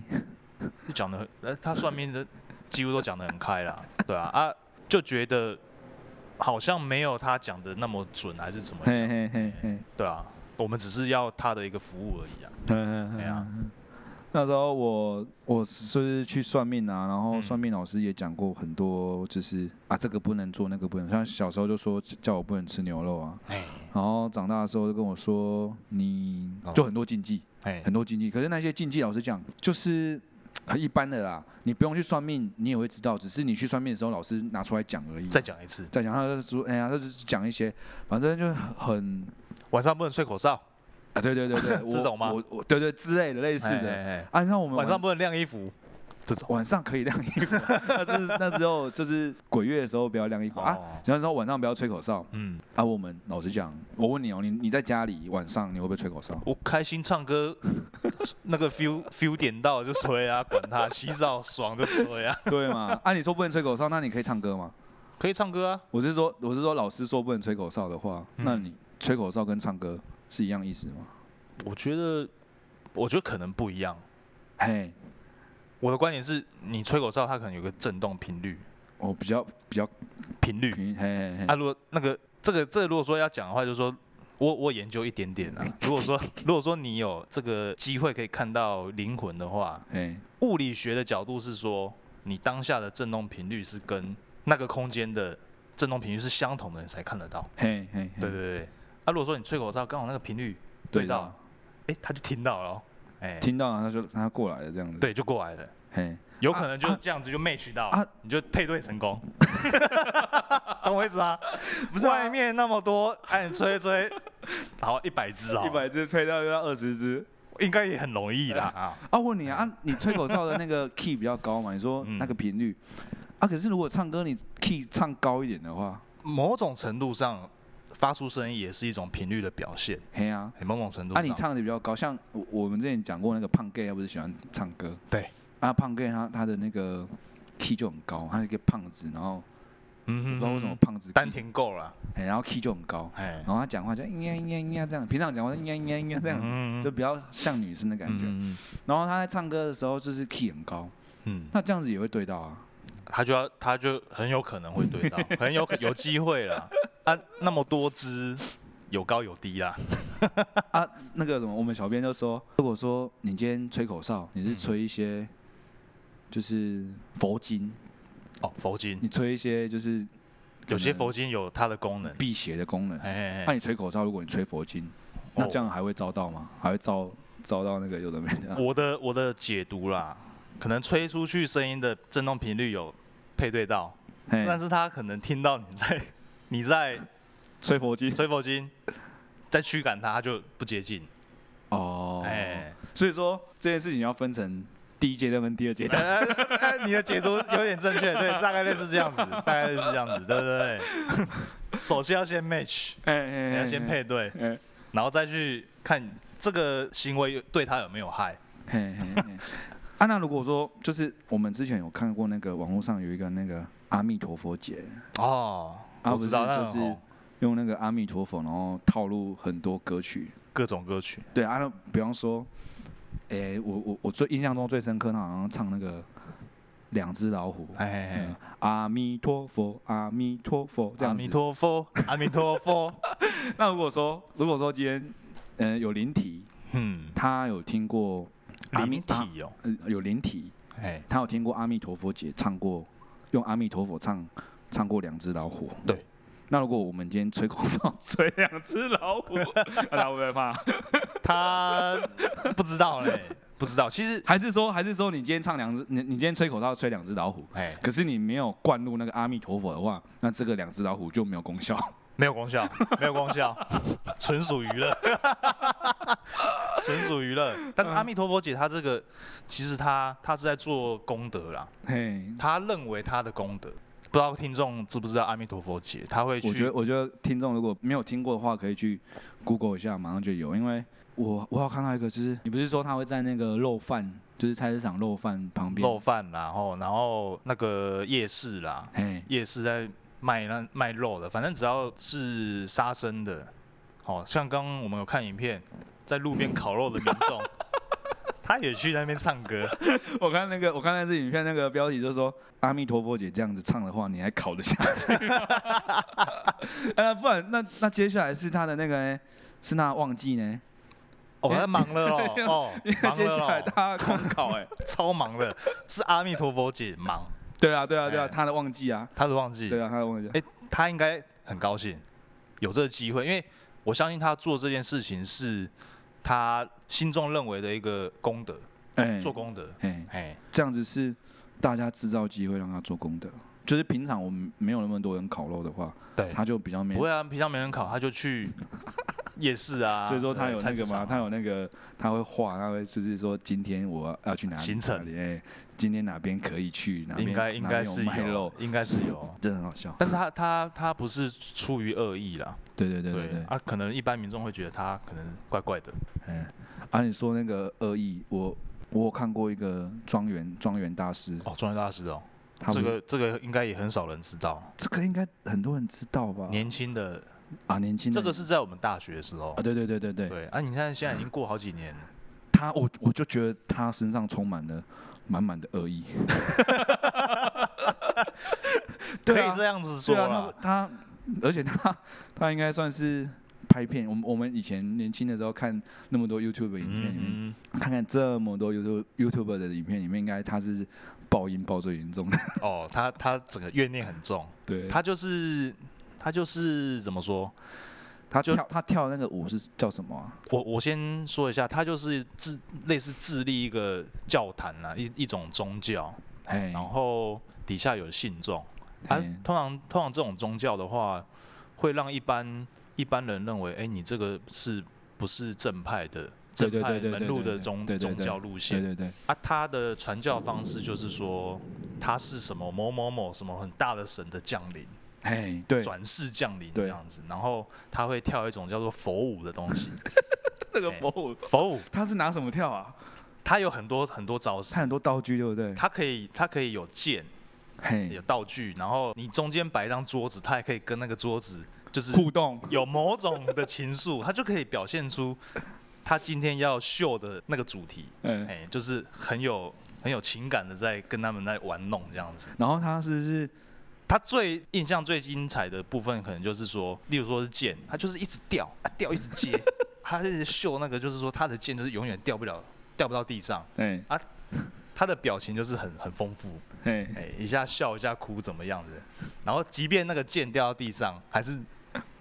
讲的，呃，他算命的几乎都讲的很开啦，对啊，啊，就觉得好像没有他讲的那么准，还是怎么
嘿
样？
嘿嘿嘿，
对啊，我们只是要他的一个服务而已啊。
嗯
哎呀。
那时候我我是去算命啊，然后
嗯
算命老师也讲过很多，就是、啊这个不能做，那个不能，像小时候就说叫我不能吃牛肉啊，
哎
然后长大的时候就跟我说你
哦
就很多禁忌，
哎
很多禁忌，可是那些禁忌，老实讲，就是很一般的啦。你不用去算命，你也会知道，只是你去算命的时候，老师拿出来讲而已。
再讲一次，
再讲，他就说，哎呀，他就是讲一些，反正就很
晚上不能吹口哨，
啊，对对对 对，我
这种吗
我我对对之类的类似
哎
的。
哎哎
啊，你看我们
晚上不能晾衣服，这种。
晚上可以晾衣服，但是 那时候就是鬼月的时候不要晾衣服啊。
哦，
然后说晚上不要吹口哨
嗯，
啊！我们老实讲，我问你哦，你你在家里晚上你会不会吹口哨？
我开心唱歌， 那个 feel feel 点到就吹啊，管他，洗澡爽就吹啊，
对 嘛？按理说不能吹口哨，那你可以唱歌吗？
可以唱歌啊。
我是说，我是说，老师说不能吹口哨的话，
嗯
那你吹口哨跟唱歌是一样意思吗？
我觉得，我觉得可能不一样。
嘿，
我的观点是，你吹口哨它可能有个震动频率，
我比较比较
频率。
平，嘿嘿
啊，
嘿，
如果那个这个这个如果说要讲的话，就是说我我研究一点点 啊。如果说如果说你有这个机会可以看到灵魂的话，
嘿，
物理学的角度是说，你当下的震动频率是跟那个空间的震动频率是相同的，你才看得到。
嘿嘿，嘿
对对对。啊，如果说你吹口哨刚好那个频率
对
对
到
到，哎、他就听到了哦，哎、
听到了他就他过来了这样子，，
对，就过来了。
嘿，
有可能就这样子就 match 到，
啊
你就配对成 功，懂我意思吗？ 不
是啊
外面那么多，哎，你吹一 吹，好一百只啊，
只吹到要二十只。
应该也很容易啦啊。
啊，我问你啊，啊你吹口哨的那个 key 比较高嘛？你说
嗯
那个频率，啊，可是如果唱歌你 key 唱高一点的话，
某种程度上，发出声音也是一种频率的表现。
嘿啊，
哎某种程度
啊
上，
你唱的比较高，像我我们之前讲过那个胖 gay，他不是喜欢唱歌？
对，
啊，胖 gay 他他的那个 key 就很高，他是一个胖子，然后
嗯
我
哼，
不知道为什么胖子 key-
丹田够了，
嘿，然后 key 就很高，
哎
然，后他讲话就呀呀呀这样，平常讲话就呀呀呀这样子，
嗯
就比较像女生的感觉。
嗯
然后他在唱歌的时候就是 key 很高，
嗯，
那这样子也会对到啊。
他就要他就很有可能会 对到，很有可有机会啦。啊，那么多只，有高有低啦。
啊，那个什么，我们小编就说，如果说你今天吹口哨，你是
嗯
吹一些就是佛经，
哦，佛经
你吹一些就是
有些佛经有它的功能，
辟邪的功能。
哎哎，哦
那、
哎
你吹口哨，如果你吹佛经，那这样还会遭到吗？还会遭遭到那个有的没的？
我的我的解读啦，可能吹出去声音的振动频率有配对到，
嘿
但是他可能听到你在 你在
吹佛经
吹佛经，在驱赶他，他就不接近。
哦，
哎、
所以说这件事情要分成第一阶段跟第二阶段。
哎哎你的解读有点正 确，对，大概类似这样子，大概类似这样子，对不对？首先要先 match，
哎哎
你
哎，
要先配对，
哎。
然后再去看这个行为对他有没有害。
嘿嘿嘿。 啊，那如果说就是我们之前有看过那个网络上有一个那个阿弥陀佛节，
哦，
啊
我知道，
不是
那哦
就
很
是
红
用那个阿弥陀佛，然后套路很多歌曲。
各种歌曲，
对啊，那比方说，诶、我我我最印象中最深刻，他好像唱那个《两只老虎》
哎哎哎。
嗯阿弥陀佛，阿弥陀佛，这样
阿
子。
弥 陀佛，阿弥陀佛。
那如果说，如果说今天，嗯、有灵体，
嗯，
他有听过阿弥
灵体哦，
呃有灵体，
哎，
他有听过阿弥陀佛姐唱过，用阿弥陀佛唱唱过两只老虎。
对。
那如果我们今天吹口哨 吹两只老 虎，啊那他会不会怕？
他不知道嘞，不知道。其实，
还是说，还是说你今天唱两只，你你今天吹口哨吹两只老虎，
哎，
可是你没有灌入那个阿弥陀佛的话，那这个两只老虎就没有功效。
没有功效，没有功效，纯属娱乐，纯属娱乐。但是
嗯
阿弥陀佛姐她这个，其实她她是在做功德啦，
嘿，
她认为她的功德。不知道听众知不知道阿弥陀佛姐，她会
我觉
去
得，我觉得听众如果没有听过的话，可以去 Google 一下，马上就有。因为我我有看到一个，就是你不是说他会在那个肉贩，就是菜市场肉贩旁边，
肉贩啦，然后然后那个夜市啦，
嘿，
夜市在卖那卖肉的，反正只要是杀生的，哦，像刚刚我们有看影片，在路边烤肉的民 众，他也去那边唱歌，
我看那个，我看那支影片，那个标题就说“阿弥陀佛姐”这样子唱的话，你还考得下去 吗？啊，不然那那接下来是他的那个呢？是那忘记呢？
哦，他忙了 哦，哦
因为，
忙
接下来
了哦，
他狂考哎、
超忙的，是阿弥陀佛姐忙，
对啊，对啊，对啊，
哎
他的忘记啊，
他都忘记，
对啊，他的忘记啊。
哎他应该很高兴有这个机会，因为我相信他做这件事情是他心中认为的一个功德，
哎
做功德，
哎，
哎，
这样子是大家制造机会让他做功德。就是平常我们没有那么多人烤肉的话，
对，
他就比较没
不。会啊，平常没人烤，他 就去夜市啊。
所以说他有那
对菜市
个嘛，
场
他有那个，他会画，他会就是说今天我要去哪里
行程
哪里哎，今天哪边可以去，哪边
应该应该是
哪边有卖
有
肉，，
应该是有。
真的很好笑。
但是他他他不是出于恶意啦，
对对对对对，
啊，可能一般民众会觉得他可能怪怪的，
哎，啊，你说那个恶意，我我有看过一个庄园庄园大师，
哦，中原大师哦，
他
这
们
个这个应该也很少人知道，
这个应该很多人知道吧？
年轻的
啊，哦年轻人
这个是在我们大学的时候
啊，，对对对对对，
对啊，你看现在已经过好几年了，
他我我就觉得他身上充满了满满的恶 意。
可
对啊
以这样子说嗯
对
啦
啊，，他他，而且他他应该算是拍片。我们我们以前年轻的时候看那么多 YouTube 影片里面，
嗯，嗯
看看这么多 YouTube YouTube 的影片里面，应该他是爆音爆最严重 的。
哦，他他整个怨念很重，
对他
他就是他就是怎么说，
他
就
跳他跳那个舞是叫什么、啊？
我我先说一下，他就是自类似自立一个教坛啊，一一种宗教，
哎，
然后底下有信众。啊
嘿，
通常通常这种宗教的话，会让一般一般人认为，哎、你这个是不是正派的
对
正
对
派
对对
门
对
路
对
的宗
对对
宗
对
教路
对
线？
对对，
啊，他的传教方式就是说，他是什么某某某什么很大的神的降临，
嘿，对，
转世降临
对
这样子，然后他会跳一种叫做佛舞的东西，
那
哎
个佛舞，
佛舞
他是拿什么跳啊？
它有很多很多招
他
式，
很多道具，对不对？
它可以它可以有剑，有
嘿，
道具，然后你中间摆一张桌子，它也可以跟那个桌子就是
互动，
有某种的情愫，它 就可以表现出他今天要秀的那个主题，
嗯，
哎、就是很有很有情感的在跟他们在玩弄这样子。
然后他是不是
他最印象最精彩的部分，可能就是说，例如说是剑，他就是一直掉，啊掉一直接，他一直秀那个，就是说他的剑就是永远掉不了，掉不到地上。
哎
他的表情就是很很丰富，
哎
哎、一下笑一下哭怎么样的，然后即便那个剑掉到地上，还是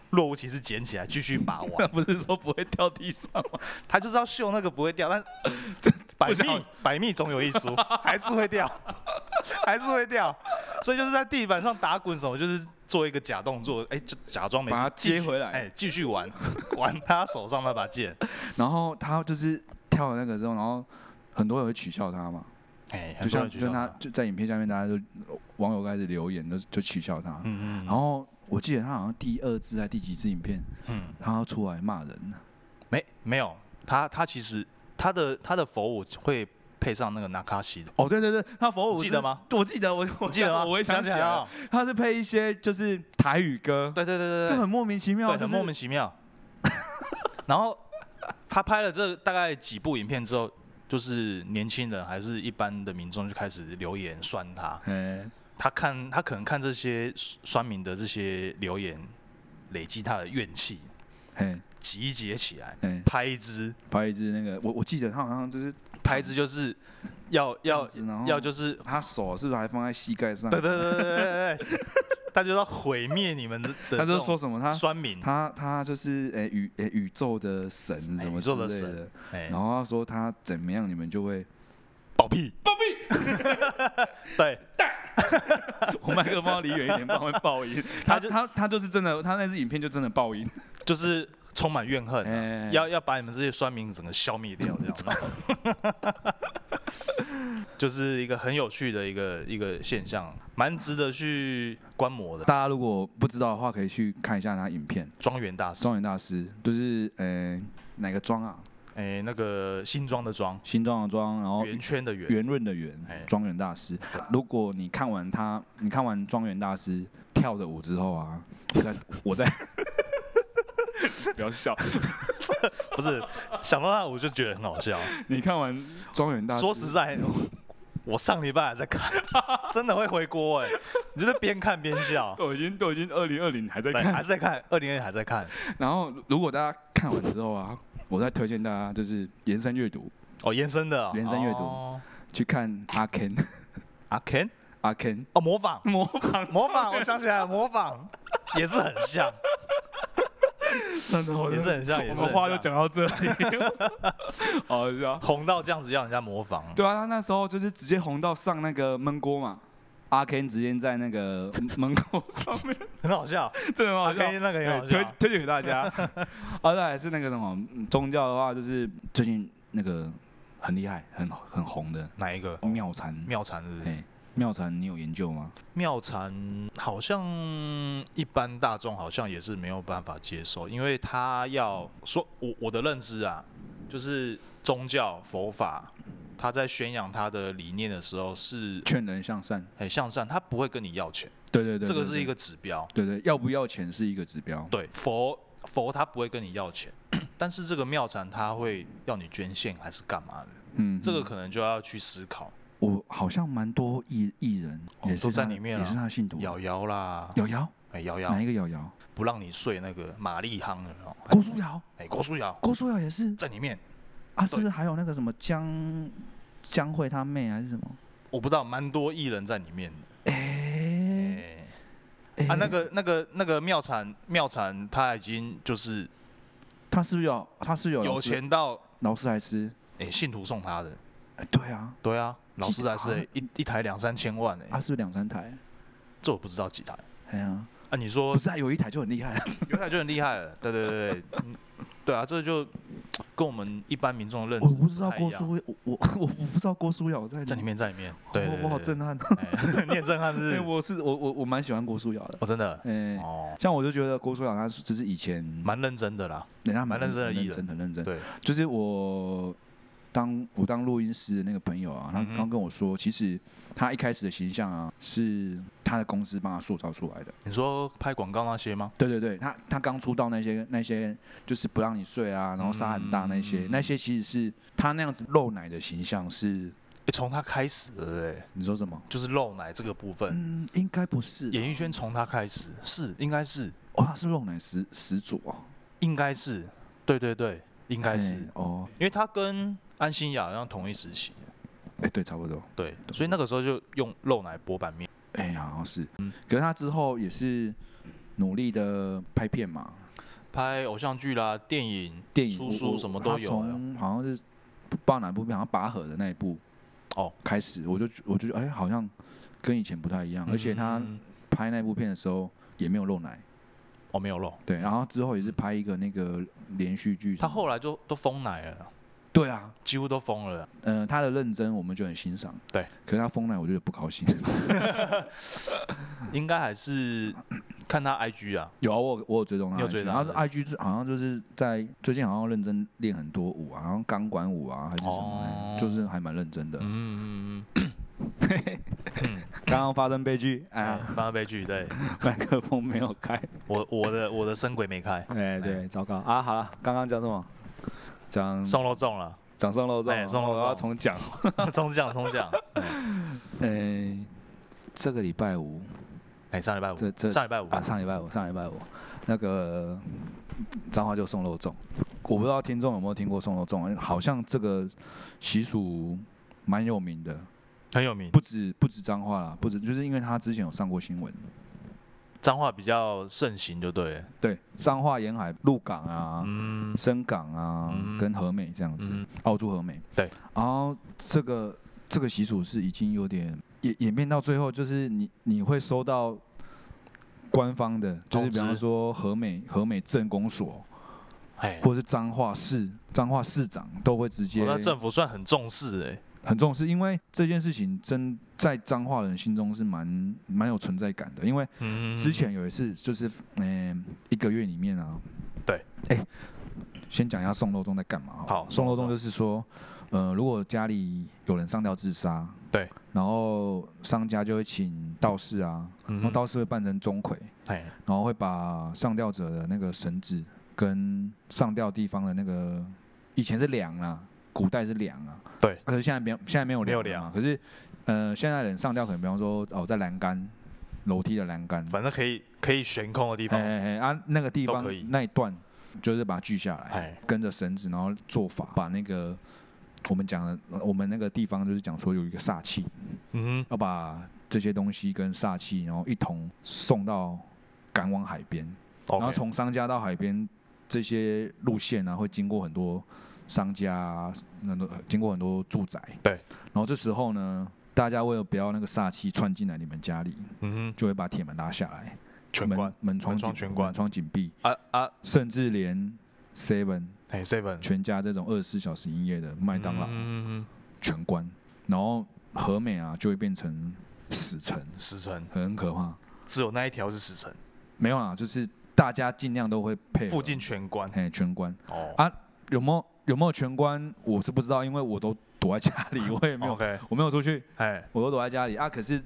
若无其事捡起来继续把玩
那。不是说不会掉地上吗？
他就是要秀那个不会掉， 但百
不小
密
心
百密总有一疏，还是会掉， 还是会掉。所以就是在地板上打滚什么，就是做一个假动作，哎、就假装没事，
把它
继续
接回来
哎、继续玩，玩他手上那把剑，
然后他就是跳了那个之后，然后很多人会取笑他嘛，
哎、
就
很多
像
人
就
举
像
手
他
的
就在影片下面，大家就网友开始留言，就就取笑他。
嗯嗯，
然后我记得他好像第二支还第几支影片，
嗯，
他要出来骂人了。
没没有，他他其实他的他的佛舞会配上那个纳卡西的，
哦，对对对，他佛舞
记
是
得吗？
我记得，我我
你记 得吗？
我也想
起
起
来
来
了
了，，他是配一些就是台语歌，
对对对对
就
对，
很莫名其妙，
对，很莫名
其
其妙。 然后他拍了这大概几部影片之后，就是年轻人还是一般的民众就开始留言酸他。
妙。哎，
他看他可能看这些酸民的这些留言，累积他的怨气，
嘿，
集结起来，
哎，
拍一支，
拍一支那个，我我记得他好像就是
拍一支就是 要
这
要
样子然后
要就是，
他手是不是还放在膝盖上？
对对对对对对对， 他就要毁灭你们的。的
他
这
就
种
说什么他
酸民，
他他就是诶、宇诶、宇宙的神什
哎
么
宇
之
宙的
类
神
的，
哎
然，后他说他怎么样，你们就会
暴毙，暴毙， 对，
我麦克风要离远一点，不然会爆 音。
他
他
就
他他就是真的，他那支影片就真的爆音。
就是充满怨恨、啊，
哎
要要把你们这些酸民整个消灭掉，这样子， 就是一个很有趣的一个一个现象，蛮值得去观摩的。
大家如果不知道的话，可以去看一下他影片。
庄园大师
庄，园大师就是诶、哪个庄啊？
哎、那个新庄的庄，
新庄的庄，然后
圆圈的圆，
哦圆润的圆
哎，
庄园大师。如果你看完他，你看完庄园大师跳的舞之后啊，我在我在。不要笑！
不是想到他我就觉得很好笑。
你看完庄园大师，
说实在，我上礼拜还在看， 真的会回锅哎、你就是边看边笑，
都已经都已经二零二零还在
对，
看。
还在看，二零二还在看。
然后如果大家看完之后啊，我再推荐大家就是延伸阅读，
哦，延伸的哦、
延伸阅读
哦
去看阿 Ken
阿 Ken
阿 Ken
哦，模仿。
模仿，
模仿，我想起来了，模仿也是很像，
真的我
也
真
是
的
很像，也是
哦我
很
们话就
像
讲到这里， 好笑。
红到这样子要人家模仿，
对啊，他那时候就是直接红到上那个焖锅嘛。阿 Ken 直接在那个焖锅上 面，
很好笑。
真的很 好
阿
笑
K 啊那个也
对
好
推
笑，
推荐给大家。 啊，再还是那个什么嗯宗教的话，就是最近那个很厉害、很很红的
哪一个？
妙禅。
哦妙禅是不是？
哎，妙禅，你有研究吗？
妙禅好像一般大众好像也是没有办法接受，因为他要说，我我的认知啊，就是宗教佛法，他在宣扬他的理念的时候是
劝人向善。
很向善，他不会跟你要钱，
对对对，
这个
对
是一个指标。
对对，要不要钱是一个指标。
对，佛佛他不会跟你要钱， 但是这个庙禅他会要你捐献还是干嘛的？
嗯，
这个可能就要去思考。
我好像蛮多艺艺人
哦
也是
都在
他的
里面
也
啊
是他的信徒。
瑶瑶啦，
瑶瑶，
哎瑶瑶
哪一个瑶瑶？
不让你睡那个玛丽夯的哦，
郭书瑶，
哎郭书瑶
郭书瑶也是
在里面，
啊，是不是还有那个什么江江蕙她妹还是什么？
我不知道蛮多艺人在里面的。
哎
哎
哎
啊，那个那个那个妙禅妙禅他已经就是
他是不是有他是不是有
有
劳斯
钱到
劳斯莱斯？
哎信徒送他的，
哎对啊，
对啊，老
记
师
得
还
好像
是一一台两三千万
他
哎，
是不是两三台？
这我不知道几台
哎呀，
啊，你说
不是啊，有一台就很厉害了。
有台就很厉害了，对对对对，嗯对啊，这就跟我们一般民众的认
我
知
不知
太
道
一
郭
样
书，我 我我我不知道郭书瑶在
在里面，在里
哦
面，对
我我好
对
震撼。
对哎 对你很震撼是不
对，
是？
哎 我是我我我蛮喜欢郭书瑶的，
我真的
哎，
哦，
像我就觉得郭书瑶她是就是以前
蛮认真的啦，
人家
蛮认真的艺
认
人
真很认真。
对，
就是我当我当录音师的那个朋友啊，他
嗯哼
刚跟我说，其实他一开始的形象啊，是他的公司帮他塑造出来的。
你说拍广告那些吗？
对对对，他他刚出道那些那些就是不让你睡啊，然后杀很大那些、
嗯
那些，其实是他那样子露奶的形象是。
诶从他开始的，哎，
你说什么？
就是露奶这个部分，
嗯，应该不是啊。
演艺圈从他开始是，应该是，
哇，他是露奶始始祖哦，
应该是，对对对，应该是，
哎
因
哦，
为他跟安心亚好像同一时期，
哎，对，差不多。
对，所以那个时候就用露奶博版面，
哎，好像是。
嗯
可是他之后也是努力的拍片嘛，
拍偶像剧啦、电影、
电影
出
我
书
我
什么
他
都有啊了
从好像是不知道哪部片，好像拔河的那一部
哦
开始，我就我就觉得哎，好像跟以前不太一样，而且他
嗯
拍那部片的时候也没有露奶，
哦没有露，
对，然后之后也是拍一个那个连续剧什么，
嗯他后来就都封奶了，
对啊，
几乎都封了啦。
呃，他的认真我们就很欣赏，
对，
可是他封奶我就不高兴。
应该还是看他 IG 啊，
有啊，我有我有追踪他，
你有追
然后
踪
IG 是好像就是在最近好像认真练很多舞啊，然后钢管舞啊还是什么
哦
的，就是还蛮认真的。
嗯嗯
刚刚发生悲剧，
嗯，
哎
哎
呀，，
翻到悲剧，对
麦克风没有开，
我我的我的声轨没开，
哎对，糟糕啊！好了，刚刚讲什么？讲
送肉粽了，
讲送肉粽
哎
啊，
送肉粽
我要重讲。
中奖中奖，
哎，这个礼拜五
哎，上礼拜
这这
五，上礼拜五
啊，上礼拜五，上礼拜五，那个彰化就送肉粽，我不知道听众有没有听过送肉粽，好像这个习俗蛮有名的，
很有名，
不止不止彰化啦，不止就是因为他之前有上过新闻，
脏话比较盛行，就对了，
对，彰化沿海鹿港啊。
嗯
深港啊，
嗯
跟和美这样子，
嗯
澳洲和美。
对，
然后这个这个习俗是已经有点演演变到最后，就是你你会收到官方的，就是
通
比
知
方说和美和美镇公所，
哎，
或者是彰化市彰化市长都会直接
哦我那政府算很重视哎，
很重视，因为这件事情真在彰化人心中是蛮蛮有存在感的，因为
嗯
之前有一次就是嗯、一个月里面啊，
对，
哎、先讲一下送肉粽在干嘛好了
好
送肉
送
粽
肉粽
就是说，呃，如果家里有人上吊自杀，
对，
然后商家就会请道士啊，然后
嗯
道士会扮成钟馗，
哎
然后会把上吊者的那个绳子跟上吊地方的那个，以前是梁啊，古代是梁啊，
对
啊可是现在没有，现在没有
没有
了嘛
梁
可是呃，现在人上吊可能比方说哦，在栏杆、楼梯的栏杆，
反正可以可以悬空的地
哎
方，
哎哎啊，那个地
都
方
可以
那一段就是把它锯下来
哎，
跟着绳子，然后做法把那个。我们讲的，我们那个地方就是讲说有一个煞气，
嗯
要把这些东西跟煞气，然后一同送到赶往海边。
哼，
然后
OK
从商家到海边这些路线啊，会经过很多商家、啊，很多经过很多住宅。
对。
然后这时候呢，大家为了不要那个煞气窜进来你们家里，
嗯哼，
就会把铁门拉下来，
全
门
关
门窗
门窗
紧
全关
门窗紧闭，
啊啊，
甚至连 Seven、
哎，seven
全家这种二十四小时营业的麦当劳、
嗯嗯嗯
全关，然后和美啊就会变成死城，
嗯死城
很可怕。
只有那一条是死城，
没有啦，就是大家尽量都会配合
附近全关
嘿全关。
哦
啊有没有有没有全关，我是不知道，因为我都躲在家 里，我也没有，
哦，OK，
我没有出去，
哎，
我都躲在家里啊。可是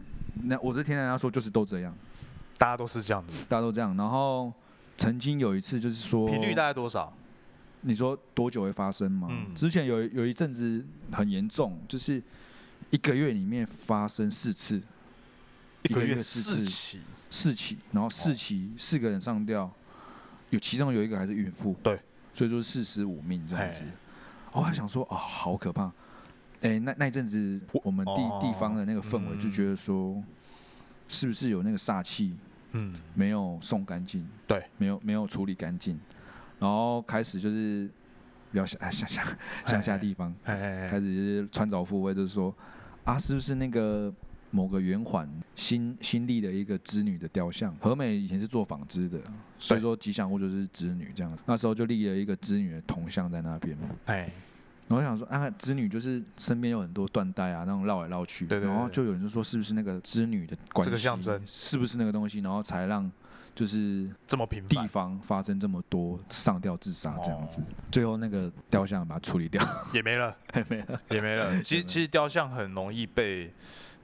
那我是听人家说，就是都这样，
大家都是这样子，
大家都这样。然后曾经有一次就是说，
频率大概多少？
你说多久会发生吗？
嗯
之前有有一阵子很严重，就是一个月里面发生四次，
一
一
个
个
月
月四
四
次
起，
四起，然后四起、
哦
四个人上吊，有其中有一个还是孕妇，
对，
所以说四十五命这样子
嘿。
我还想说，哦，好可怕。哎、那那一阵子我们地、
哦
地方的那个氛围
嗯
就觉得说，是不是有那个煞气
嗯，
没有送干净？
对，
没有没有处理干净，然后开始就是比较乡哎乡下乡下地方，
哎哎
开
哎，
始就是穿凿附会，就是说啊，是不是那个某个圆环新新立的一个织女的雕像。和美以前是做纺织的，所以说吉祥物就是织女这样。那时候就立了一个织女的铜像在那边，
哎，
然后我想说啊，织女就是身边有很多缎带啊，那种绕来绕去，
对对对
然后就有人就说是不是那个织女的关系，
这个象征
是不是那个东西，然后才让就是
这么频
地
繁
方发生这么多上吊自杀这样子，
哦
最后那个雕像把它处理掉，
也没了，
没了，
也 没了。其
也
实
没
其实雕像很容易被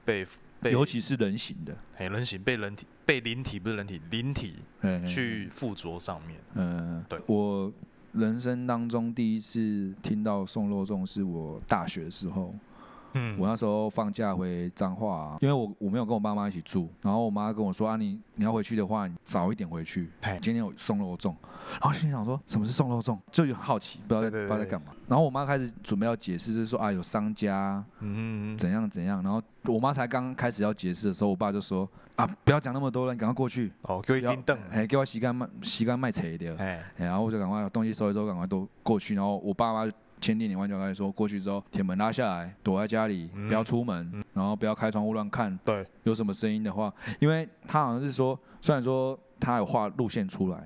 被被，
尤其是人形的，
哎人形被人体被灵体不是人体灵体
嘿嘿
去附着上面。
呃，
对
嗯我人生当中第一次听到送肉粽是我大学的时候，
嗯
我那时候放假回彰化、啊因为我我没有跟我爸妈一起住，然后我妈跟我说啊你，你要回去的话，你早一点回去
嘿。
今天有送肉粽，然后心想说什么是送肉粽，就有好奇，不知道在
对对对
不知道在干嘛。然后我妈开始准备要解释，就是说啊有商家
嗯嗯嗯
怎样怎样，然后我妈才刚开始要解释的时候，我爸就说啊不要讲那么多了，你赶快过去，
哦，给我一
不要
根凳，
哎给我洗干卖洗干卖扯一点。
哎
哎然后我就赶快把东西收一收，赶快都过去。然后我爸妈千叮咛万交代说，过去之后铁门拉下来，躲在家里，
嗯
不要出门，然后不要开窗户乱看，
对，
有什么声音的话，因为他好像是说，虽然说他有画路线出来，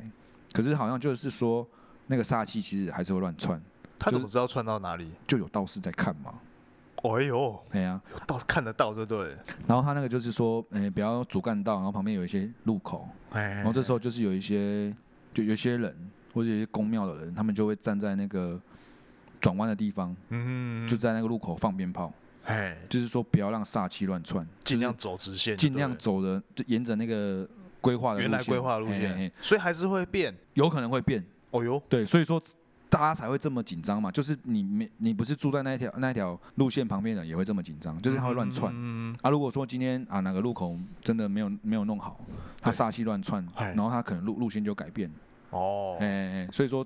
可是好像就是说那个煞气其实还是会乱窜，
他
就
怎么知道窜到哪里？
就有道士在看嘛。
哎呦，
哎呀、
到看得到，对不对了？
然后他那个就是说，哎、不要主干道，然后旁边有一些路口，
哎，
然后哦这时候就是有一些，就有一些人或者有一些宫庙的人，他们就会站在那个转弯的地方，
嗯，嗯嗯
就在那个路口放鞭炮，
哎，
就是说不要让煞气乱窜，
尽量走直线就对
尽
了，
量走的就沿着那个规划的
原
路
来
线
规划的路
嘿嘿
线
嘿，
所以还是会变。
有可能会变。
哦呦，
对，所以说大家才会这么紧张嘛，就是你没你不是住在那一条那一条路线旁边的人也会这么紧张，就是他会乱窜。
嗯，嗯嗯
啊，如果说今天啊哪个路口真的没有没有弄好，他
对
煞气乱窜，
嘿
然后他可能路路线就改变了，
哎哦
哎、，哎哎所以说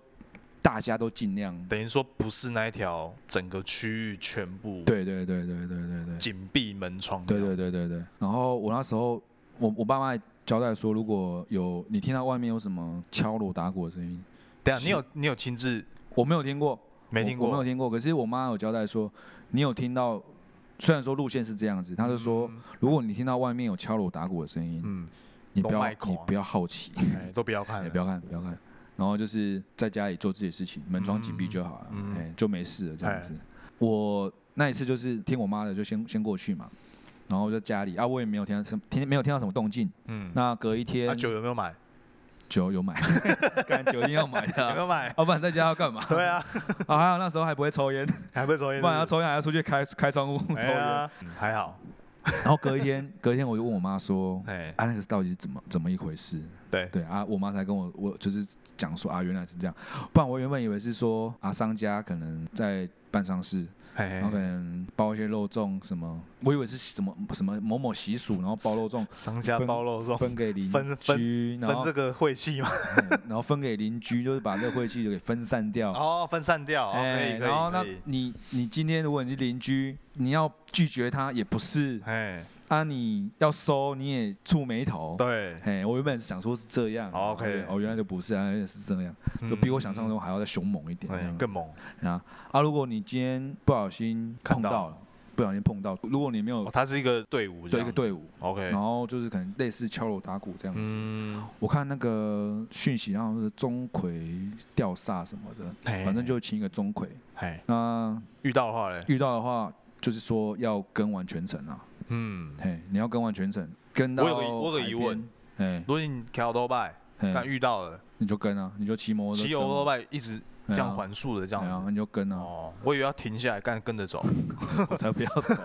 大家都尽量，
等于说不是那一条整个区域全部
对对对对对对对，
紧闭门窗那
对
样。
对对对对。然后我那时候，我我爸妈也交代说，如果有你听到外面有什么敲锣打鼓的声音，
等一下你
是
有你有亲自
我没有听过，
没
我
听
我没
过
有？听过。可是我妈有交代说，你有听到，虽然说路线是这样子，她就说，
嗯
如果你听到外面有敲锣打鼓的声音，
嗯，
你不
都
要
卖口
你
啊
不要好奇，
哎，都不要看
哎
了，
不要看不要看。然后就是在家里做自己的事情，门窗紧闭就好了，
嗯嗯嗯
哎，就没事了这样
哎
子。我那一次就是听我妈的，就先先过去嘛，然后在家里啊，我也没有听到什么听没有听到什么动静，
嗯，
那隔一天、
那酒有没有买？
酒 有买，干酒一定要买的、
有没
啊，
有 买？
要不然在家要干嘛？
对啊，
啊，还好那时候还不会抽烟，
还不会抽烟，
不然要
是
抽烟还要出去开 开窗户抽
不是
烟。
哎呀，嗯还好，
然后隔一天，隔一天我就问我妈说，
哎，
啊，那个到底是怎么怎么一回事？
对，
对啊，我妈才跟我我就是讲说啊，原来是这样，不然我原本以为是说啊，商家可能在办丧事，
哎
然后可，能包一些肉粽什么，我以为是什么什么某某习俗，然后包肉粽
商家
分
包肉粽，
分给邻
分分
居，然
分
后
这个晦气嘛，
嗯 然后分给邻居，就是把这个晦气就给分散掉。
哦，分散掉，哦可以，可以
哎然后那
可以
你你今天如果你是邻居，你要拒绝他也不是
哎，
啊，你要收你也蹙眉头。
对，
哎，我原本想说是这样
哦，OK
对哦，原来就不是啊，原来是这样，就
嗯
比我想象中还要再凶猛一点。
哎更猛。
这样啊啊！如果你今天不小心碰
看到
到了，不小心碰到，如果你没有
哦，它是一个队伍这
对一
样
个
子，
队伍，
，OK，
然后就是可能类似敲锣打鼓这样子。
嗯，
我看那个讯息，然后是钟馗吊煞什么的，
反
反正就请一个钟馗。
哎，
那
遇到的话嘞，
遇到的话，就是说要跟完全程啊，
嗯，
嘿，你要跟完全程，跟到
我有个疑我有个疑问
海边，
如果你桥头拜，
嘿，
但
嘿，
遇到了，
你就跟啊，你就骑摩托车跟
骑油
嘛，
头拜一直
嘿啊
这样环速的这
对
样
啊，
子，
你就跟啊，
哦，我以为要停下来，干跟着走，
我才 不要走，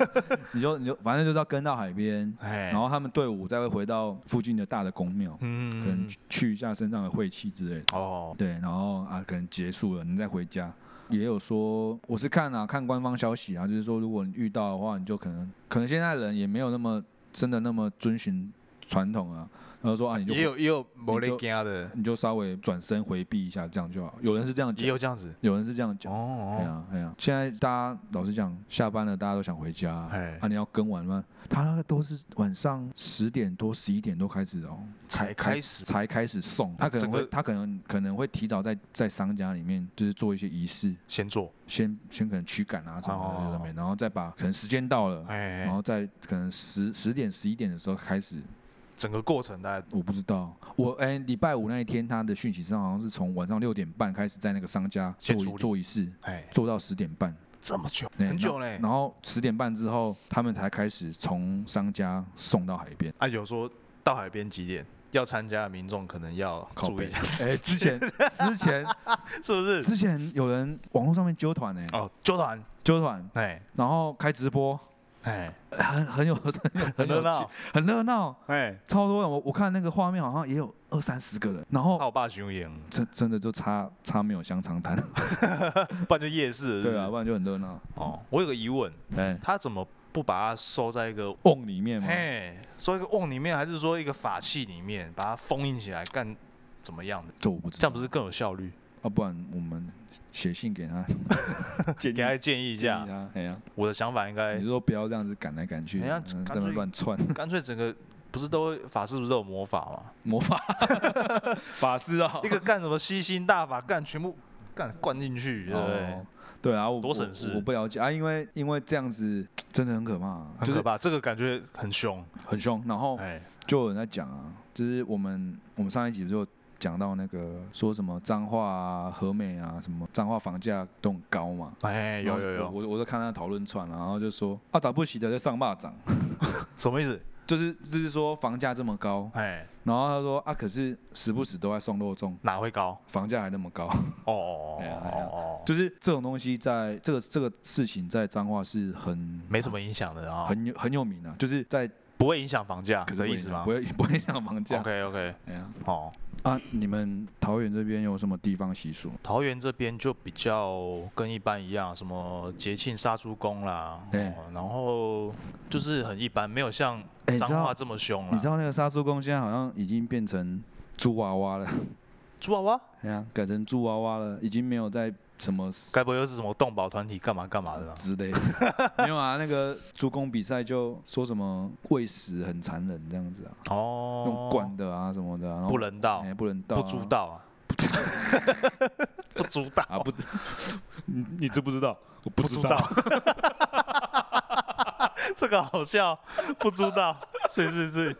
你就你就反正就是要跟到海边，
哎，
然后他们队伍再会回到附近的大的宫庙，可能
嗯，
去一下身上的晦气之类的，
哦，
对，然后啊，可能结束了，你再回家。也有说，我是看啊，看官方消息啊，就是说，如果你遇到的话，你就可能可能现在人也没有那么真的那么遵循传统啊，然后说啊你就
也有也有某类
就
惊的，
你就稍微转身回避一下，这样就好。有人是这样
也
讲，
有这样子。
有人是这样讲。哎
哦，
呀哎呀，现在大家老实讲，下班了大家都想回家啊，
哎
啊你要更晚吗？他那个都是晚上十点多、十一点多开始哦，
才开始
才开始送。他可能
整个
会他可能可能会提早在在商家里面就是做一些仪式，
先做，
先先可能驱赶啊什么的
哦
上面，然后再把可能时间到了，
哎
然，后再可能十十点十一点的时候开始，
整个过程大概
我不知道，我哎礼拜五那一天他的讯息上好像是从晚上六点半开始在那个商家
先
做一
处理
做仪式，
哎
做到十点半。
这么久，
对
很久嘞。
然后十点半之后，他们才开始从商家送到海边。
啊，有说到海边几点要参加的民众可能要
靠
注
背
意一下，，
哎、之前之 前
是不是？
之前有人网络上面揪团呢、
哦，纠团，
揪团，
哎
然后开直播，
哎，
很很有很有
很热
有趣
闹，
很热闹，
哎，
超多人。我我看那个画面好像也有二三十个人，然
怕
后
我爸熊眼，
真真的就差差没有香肠摊，
不然就夜市了。是不
对
是
啊，不然就很热闹。
哦，我有个疑问，
哎，
他怎么不把它收在一个
瓮里面嘛，
嘿，说一个瓮里面，还是说一个法器里面，把它封印起来，干怎么样的？
这我不知
这
道
样。不是更有效率？
啊，不然我们写信给他，
给大家建议一
建
下
议，嗯他，哎呀，
我的想法应该
你是说不要这样子赶来赶去，
哎呀
嗯在那
干脆
边乱窜。
干脆整个不是都法师不是都有魔法吗？
魔 法法师啊、
一个干什么吸星大法，干全部干灌进去，对不对
哦？对啊，我
多省事
我我不了解啊，因为因为这样子真的很可怕、啊，
很
就是
可
哦
怕，这个感觉很凶。
很凶。然后
哎，
就有人在讲啊，就是我们我们上一集不是有讲到那个说什么彰化啊、和美啊，什么彰化房价都很高嘛。
哎，有有
然后
有，
我我我在看他的讨论串，然后就说啊，打不起的在上霸掌，
什么意思？
就是就是说房价这么高，
哎，
然后他说啊，可是时不时都在送肉粽，
哪会高？
房价还那么高，
哦哦哦
哎呀
哦
哎呀
哦哦，
就是这种东西在这个这个事情在彰化是很
没什么影响的啊，
很有很有名啊，就是在
不会影响房价
可是
的
不
啊意
会
思
影响
吗
不会不会影响房价。
？OK OK，
哎呀
哦，
啊，你们桃园这边有什么地方习俗？
桃园这边就比较跟一般一样，什么节庆杀猪工啦，
对
哦然后就是很一般，没有像
哎你知道
彰化这么凶
你知
啦。
道那个杀猪公现在好像已经变成猪娃娃了，
猪娃娃，
哎呀，改成猪娃娃了，已经没有在什么
该不会又是什么动保团体干嘛干嘛的吧？
之类的。 没有啊，那个猪公比赛就说什么喂食很残忍这样子啊，
哦，
用灌的啊什么的啊，然后
不人道
哎，不人道啊，
不猪道啊， 不猪
啊
道，
不，你你知不知道？我不
猪， 这个好笑，不猪道，是是是。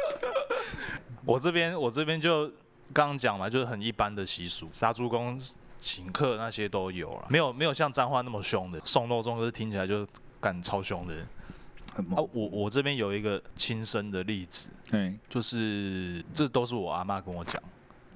我这边我这边就刚刚讲嘛，就是很一般的习俗，杀猪公请客那些都有了，没有没有像彰化那么凶的，送肉粽就是听起来就干超凶的。
很
啊，
猛。
我我这边有一个亲身的例子，
哎
就是这都是我阿妈跟我讲，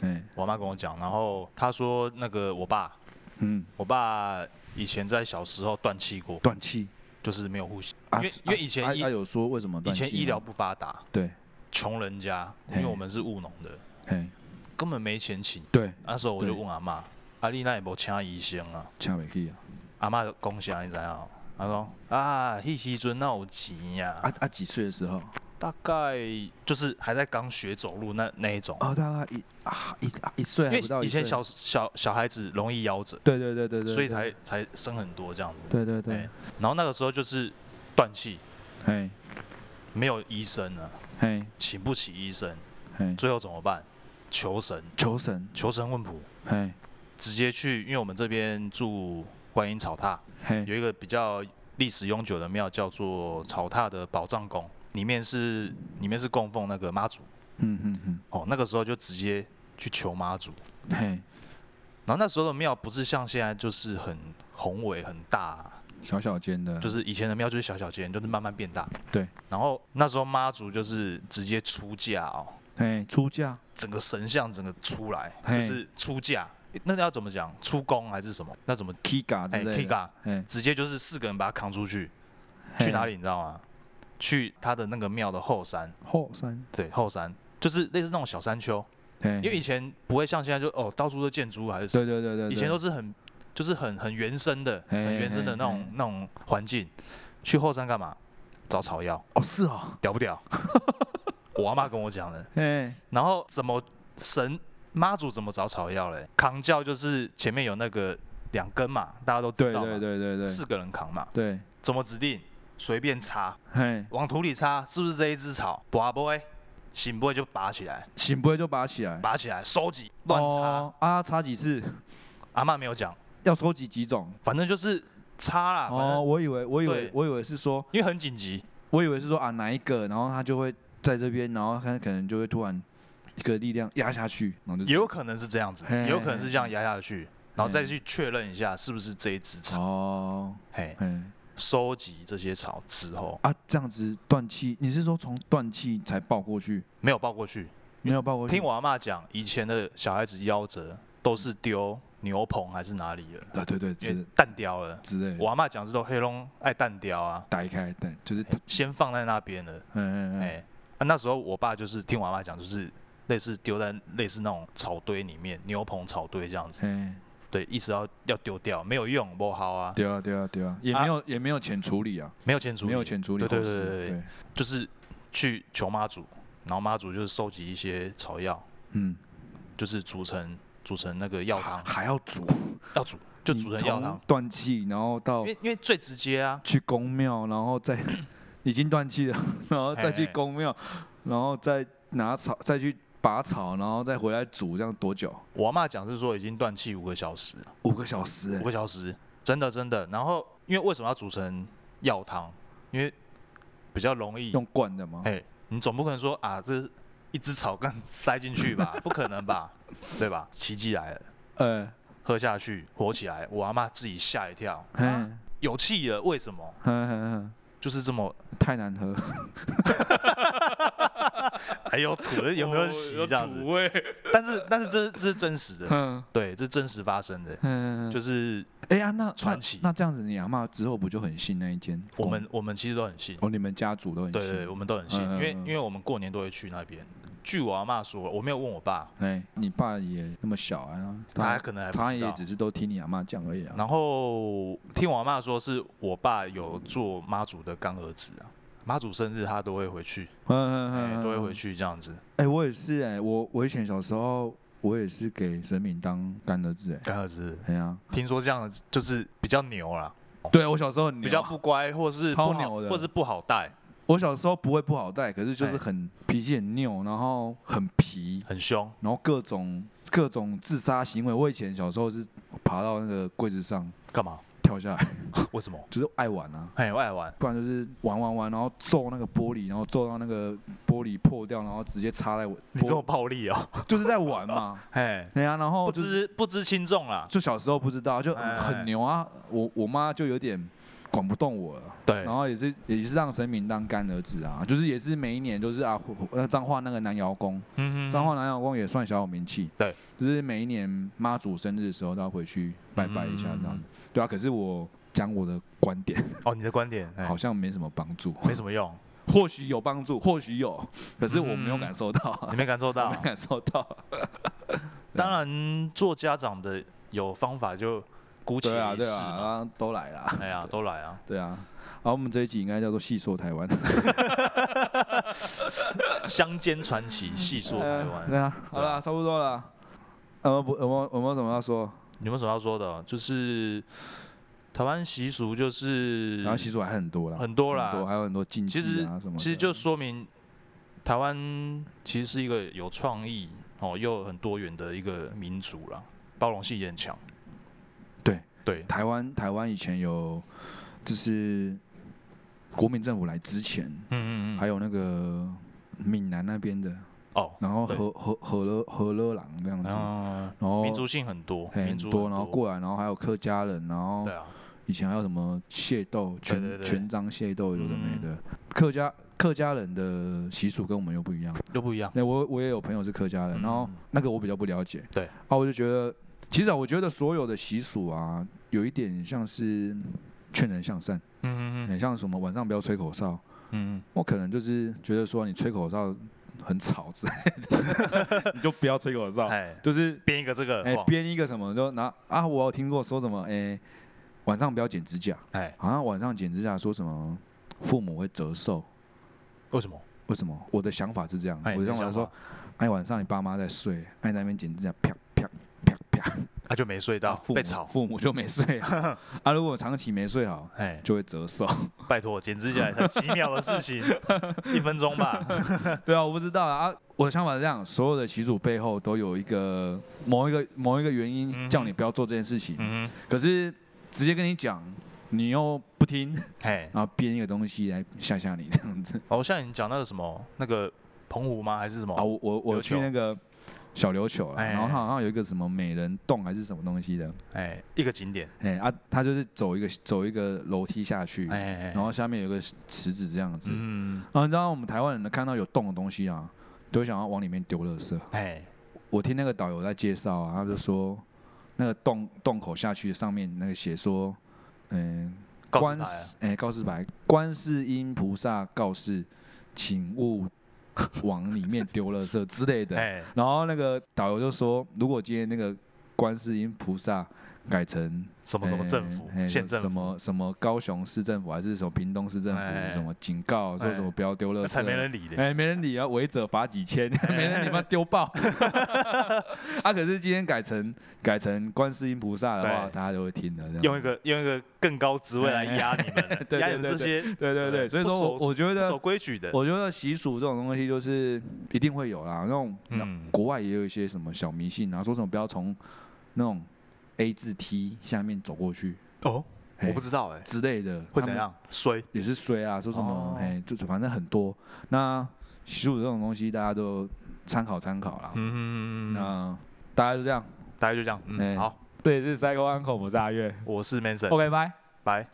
哎
我阿妈跟我讲，然后她说那个我爸
嗯，
我爸以前在小时候断气过，
断气。
就是没有呼吸。
啊
因为
是
因为
啊
以前
啊
医
啊有说为什么
以
断气吗
前医疗不发达，
对，
穷人家，因
啊嘿
为我们是务农的，
嘿，
根本没钱请。
对，
那时候我就
对
问阿妈，阿丽那也无请医生啊。
请袂起啊，
阿妈讲啥你知道？她说啊，迄时阵那有钱呀、
啊啊几岁的时候？
大概就是还在刚学走路那那一种，
哦，大概一啊一啊一岁
因
还不到
为
一
以前
岁
小小小孩子容易夭折，
对对对对对，
所以
对
才才生很多这样子。
对对对
哎，然后那个时候就是断气，
嘿
没有医生啊，
嘿
请不起医生，
嘿，
最后怎么办？求神，
求神，
求神问卜，
嘿
直接去，因为我们这边住观音草塔，
嘿
有一个比较历史悠久的庙，叫做草塔的宝藏宫，里面是里面是供奉那个妈祖，
嗯嗯嗯
哦，那个时候就直接去求妈祖，
嘿，
然后那时候的庙不是像现在就是很宏伟很大，
小小间的，
就是以前的庙就是小小间，就是慢慢变大，
嗯对，
然后那时候妈祖就是直接出嫁哦，
嘿出嫁，
整个神像整个出来，就
嘿
是出嫁，那要怎么讲？出宫还是什么？那怎么？
k i g a 之
哎
类的，
，Kiga
哎
直接就是四个人把他扛出去，去哪？里你知道吗？去他的那个庙的后山，
嘿后山，
对，后山就是类似那种小山丘，
嘿，
因为以前不会像现在就哦到处都建筑物还是什么，
对对对对，
以前都
对
是很就是很很原生的、很
嘿
原生的
嘿
那种
嘿
那种环境。去后山干嘛？找草药，
哦是哦，
屌不屌？ 我阿妈跟我讲的。
哎，
然后怎么神妈祖怎么找草药嘞？扛轿就是前面有那个两根嘛，大家都
对
知道嘛
对对对对，
四个人扛嘛，
对，
怎么指定？随便插，
嘿，
往土里插，是不是这一只草？拔不会，醒不会就拔起来，
醒不会就拔起来，
拔起来收集，乱插。
哎哦啊，插几次？
阿妈没有讲，
要收集几种？
反正就是插啦，啊反正
哦，我以为我以为
对
我以为是说，
因为很紧急，
我以为是说啊哪一个，然后他就会在这边，然后他可能就会突然一个力量压下去，然后就
也有可能是这样子，
嘿
也有可能是这样压下去，然后再去确认一下是不是这一只草。
哦，
嘿，
嘿。
收集这些草之后
啊，这样子断气，你是说从断气才抱过去，
没有抱过去，
没有抱过去？
听我阿妈讲，以前的小孩子夭折都是丢牛棚还是哪里了，
啊，对对，
因为
之
蛋雕了。
之类的，
我阿妈讲是都黑龙爱蛋雕啊，
打开，对，就是，
嘿先放在那边了。
嗯嗯嗯，
哎、啊那时候我爸就是听我阿妈讲，就是类似丢在类似那种草堆里面，牛棚草堆这样子。
哎，
对，一直要要丢掉，没有用，不好啊，
对啊对啊对啊，也
啊
没有也没有钱处理啊，
没有钱哎处理，
没有钱处理
对
后
对对
事，
对对
对，
就是去求妈祖，然后妈祖就是收集一些草药，
嗯，
就是煮成煮成那个药 汤，
还要煮，
要煮就
你
煮成药
从
汤，
断气，然后到
嗯因为因为最直接啊，
去公庙，然后 再已经断气了，然后再去
哎哎
公庙，然后再拿草，再去拔草，然后再回来煮，这样多久？
我妈讲是说已经断气五个小时了，
五个小时欸
五，个小时，真的真的。然后因为为什么要煮成药汤？因为比较容易，
用灌的吗？
哎、你总不可能说啊，这一只草根 塞进去 吧，不可能吧，对吧？奇迹来了。
呃，
喝下去，火起来，我阿妈自己吓一跳，
嘿
啊有气了，为什么？
嘿嘿嘿
就是这么
太难喝，
还有哎土的有没有
哦
洗这样子？
味？
欸
但是但是这这是真实的，
嗯
对，这真实发生的，
嗯，
就是是
哎呀，那那
传奇
那这样子，你阿嬷之后不就很信那一间？
我们我们其实都很信，
哦，你们家族都很信，
对对，我们都很信，
嗯嗯
因为
嗯
因为我们过年都会去那边。据我阿妈说，我没有问我爸，
哎，你爸也那么小啊，
他可能还不
他
知
也
道。
只是都听你阿嬷讲而已啊。
然后听我阿妈说，是我爸有做妈祖的干儿子啊，妈祖生日他都会回去，
嗯
哎，都会回
去。
去这样子，
哎，我也是哎，我我以前小时候，我也是给神明当干儿子哎，
干儿子
哎呀，
听说这样就是比较牛啦，
对我小时候很牛啊
比较不乖，或是
超
不好
牛的
或是不好带，
我小时候不会不好带，可是就是
哎
很脾气很拗，然后很皮，
很凶。
然后各种各种自杀行为。我以前小时候是爬到那个柜子上
干嘛？
跳下来，
为什么？
就是爱玩啊，
很爱玩，
不然就是玩玩玩，然后揍那个玻璃，然后揍到那个玻璃破掉，然后直接插在我，
你这么暴力哦、。
就是在玩 嘛
嘿，
对啊，然后
不
就是
知不知轻重啦。
就小时候不知道，就
哎
很牛啊。我我妈就有点管不动我了。
对
然后也是也是让神明当干儿子啊，就是也是每一年就是啊，那彰化那个南窑宫，
嗯
彰化南洋宫也算小有名气，
对，
就是每一年妈祖生日的时候都要回去拜拜一下这样，
嗯
对啊。可是我讲我的观点，
哦，你的观点
好
好，
像没什么帮助，
没什么用，
或许有帮助，或许有，可是我没有
嗯
感受到啊，
你没感 受
我
到
没。感受到，
当然，做家长的有方法就姑且
对啊，
一
对
试
啊，
嘛。
啊都来啦，
哎呀，都来啊！
对啊。好，我们这一集应该叫做细说台湾，
乡间传奇，细说台湾。
对啊，好啦，差不多了。呃，不，有没有有没有什么要说？
你们有什么要说的？就是台湾习俗，就是
然后习俗还很多啦，
很多啦
很多还有很多禁忌
其实
啊什么的。
其实就说明台湾其实是一个有创意哦又很多元的一个民族啦，包容性也很强。
对
对，
台湾台湾以前有，就是国民政府来之前，
嗯嗯嗯，
还有那个闽南那边的，
哦，
然后
对
和和和勒和勒朗这样子，
然
然
后
后
啊民族性很多，
嘿
民
很
族
多，然后过来，然后还有客家人，然后
对啊，
以前还有什么械斗、
对
拳
对嗯对
拳章械斗，有的没的。客家客家人的习俗跟我们又不一样。
又不一样。
那我我也有朋友是客家人，然后
嗯
那个我比较不了解。
对
啊，我就觉得，其实啊，我觉得所有的习俗啊，有一点像是劝人向善，
嗯嗯嗯
很像什么晚上不要吹口哨。
嗯，
我可能就是觉得说你吹口哨很吵之类 的， 你就不要吹口
嗯
哨。
哎，
就是
编一个这个，
哎
哇
编一个什么，就拿啊，我有听过说什么哎，晚上不要剪指甲，啊
哎，
好像晚上剪指甲说什么父母会折寿，
为什么？
为什么？我的想法是这样，
哎
我的
你的
想法是
想
说，哎，晚上你爸妈在睡，哎，那边剪指甲啪啪啪啪，
他就没睡
啊
到，
父母
被吵。
父母就没睡 好啊。如果长期没睡好，
哎，
就会折 寿。
拜托，剪指甲也才几秒的事 情，一分钟吧。
对啊，我不知道啊。啊我的想法是这样，所有的习俗背后都有一个某一个某一个原因
嗯
叫你不要做这件事情，
嗯哼，
可是直接跟你讲，你又不 听，
哎，
然后编一个东西来吓吓你这样子。
哦，像你讲那个什么那个澎湖吗？还是什么
啊，？我我我
哦琉
去
球
那个小琉球了，
哎
然后它好像有一个什么美人洞还是什么东西的，
哎，一个景点。
哎啊，它就是走一个走一个楼梯下去，
哎哎，
然后下面有个池子这样子。
嗯，
然后你知道我们台湾人看到有洞的东西啊，都会想要往里面丢垃圾。
哎，
我听那个导游在介绍啊，他就说那个洞洞口下去上面那个写说，嗯、
告示
观
牌啊
世哎、告示牌，观世音菩萨告示，请勿往里面丢垃圾之类的。
哎，
然后那个导游就说，如果今天那个观世音菩萨改成
什么什么政府
哎、哎
县政
什
府，啊
么什么高雄市政府还是什么屏东市政府、
哎
什么警告说
哎
什么不要丢垃圾，
那才没人理嘞。
哎，没人理啊，违者罚几 千，没人理嘛丢爆。 啊，可是今天改成改成观世音菩萨的话，
对
大家就会听了。这样，
用一个用一个更高职位来压你 们
对
压你
对
们这些
对对对，
对
所以说我
不守
我觉
不守
得
规矩的。
我觉得习俗这种东西就是一定会有啦。那种、那
嗯，
国外也有一些什么小迷信啊，说什么不要从那种 A 字梯下面走过去，
哦，
嘿
我不知道哎，
之类的，
会
他
怎
们
样？衰？
也是衰啊，说什么
哦
哎、就是反正很多。那习俗这种东西，大家都参考参考啦。
嗯，
那大家就这样。
大概就这样。
哎
嗯，好，
对，是 Psycho Uncle 不炸月哦
我是 Manson，
，OK，拜。
拜。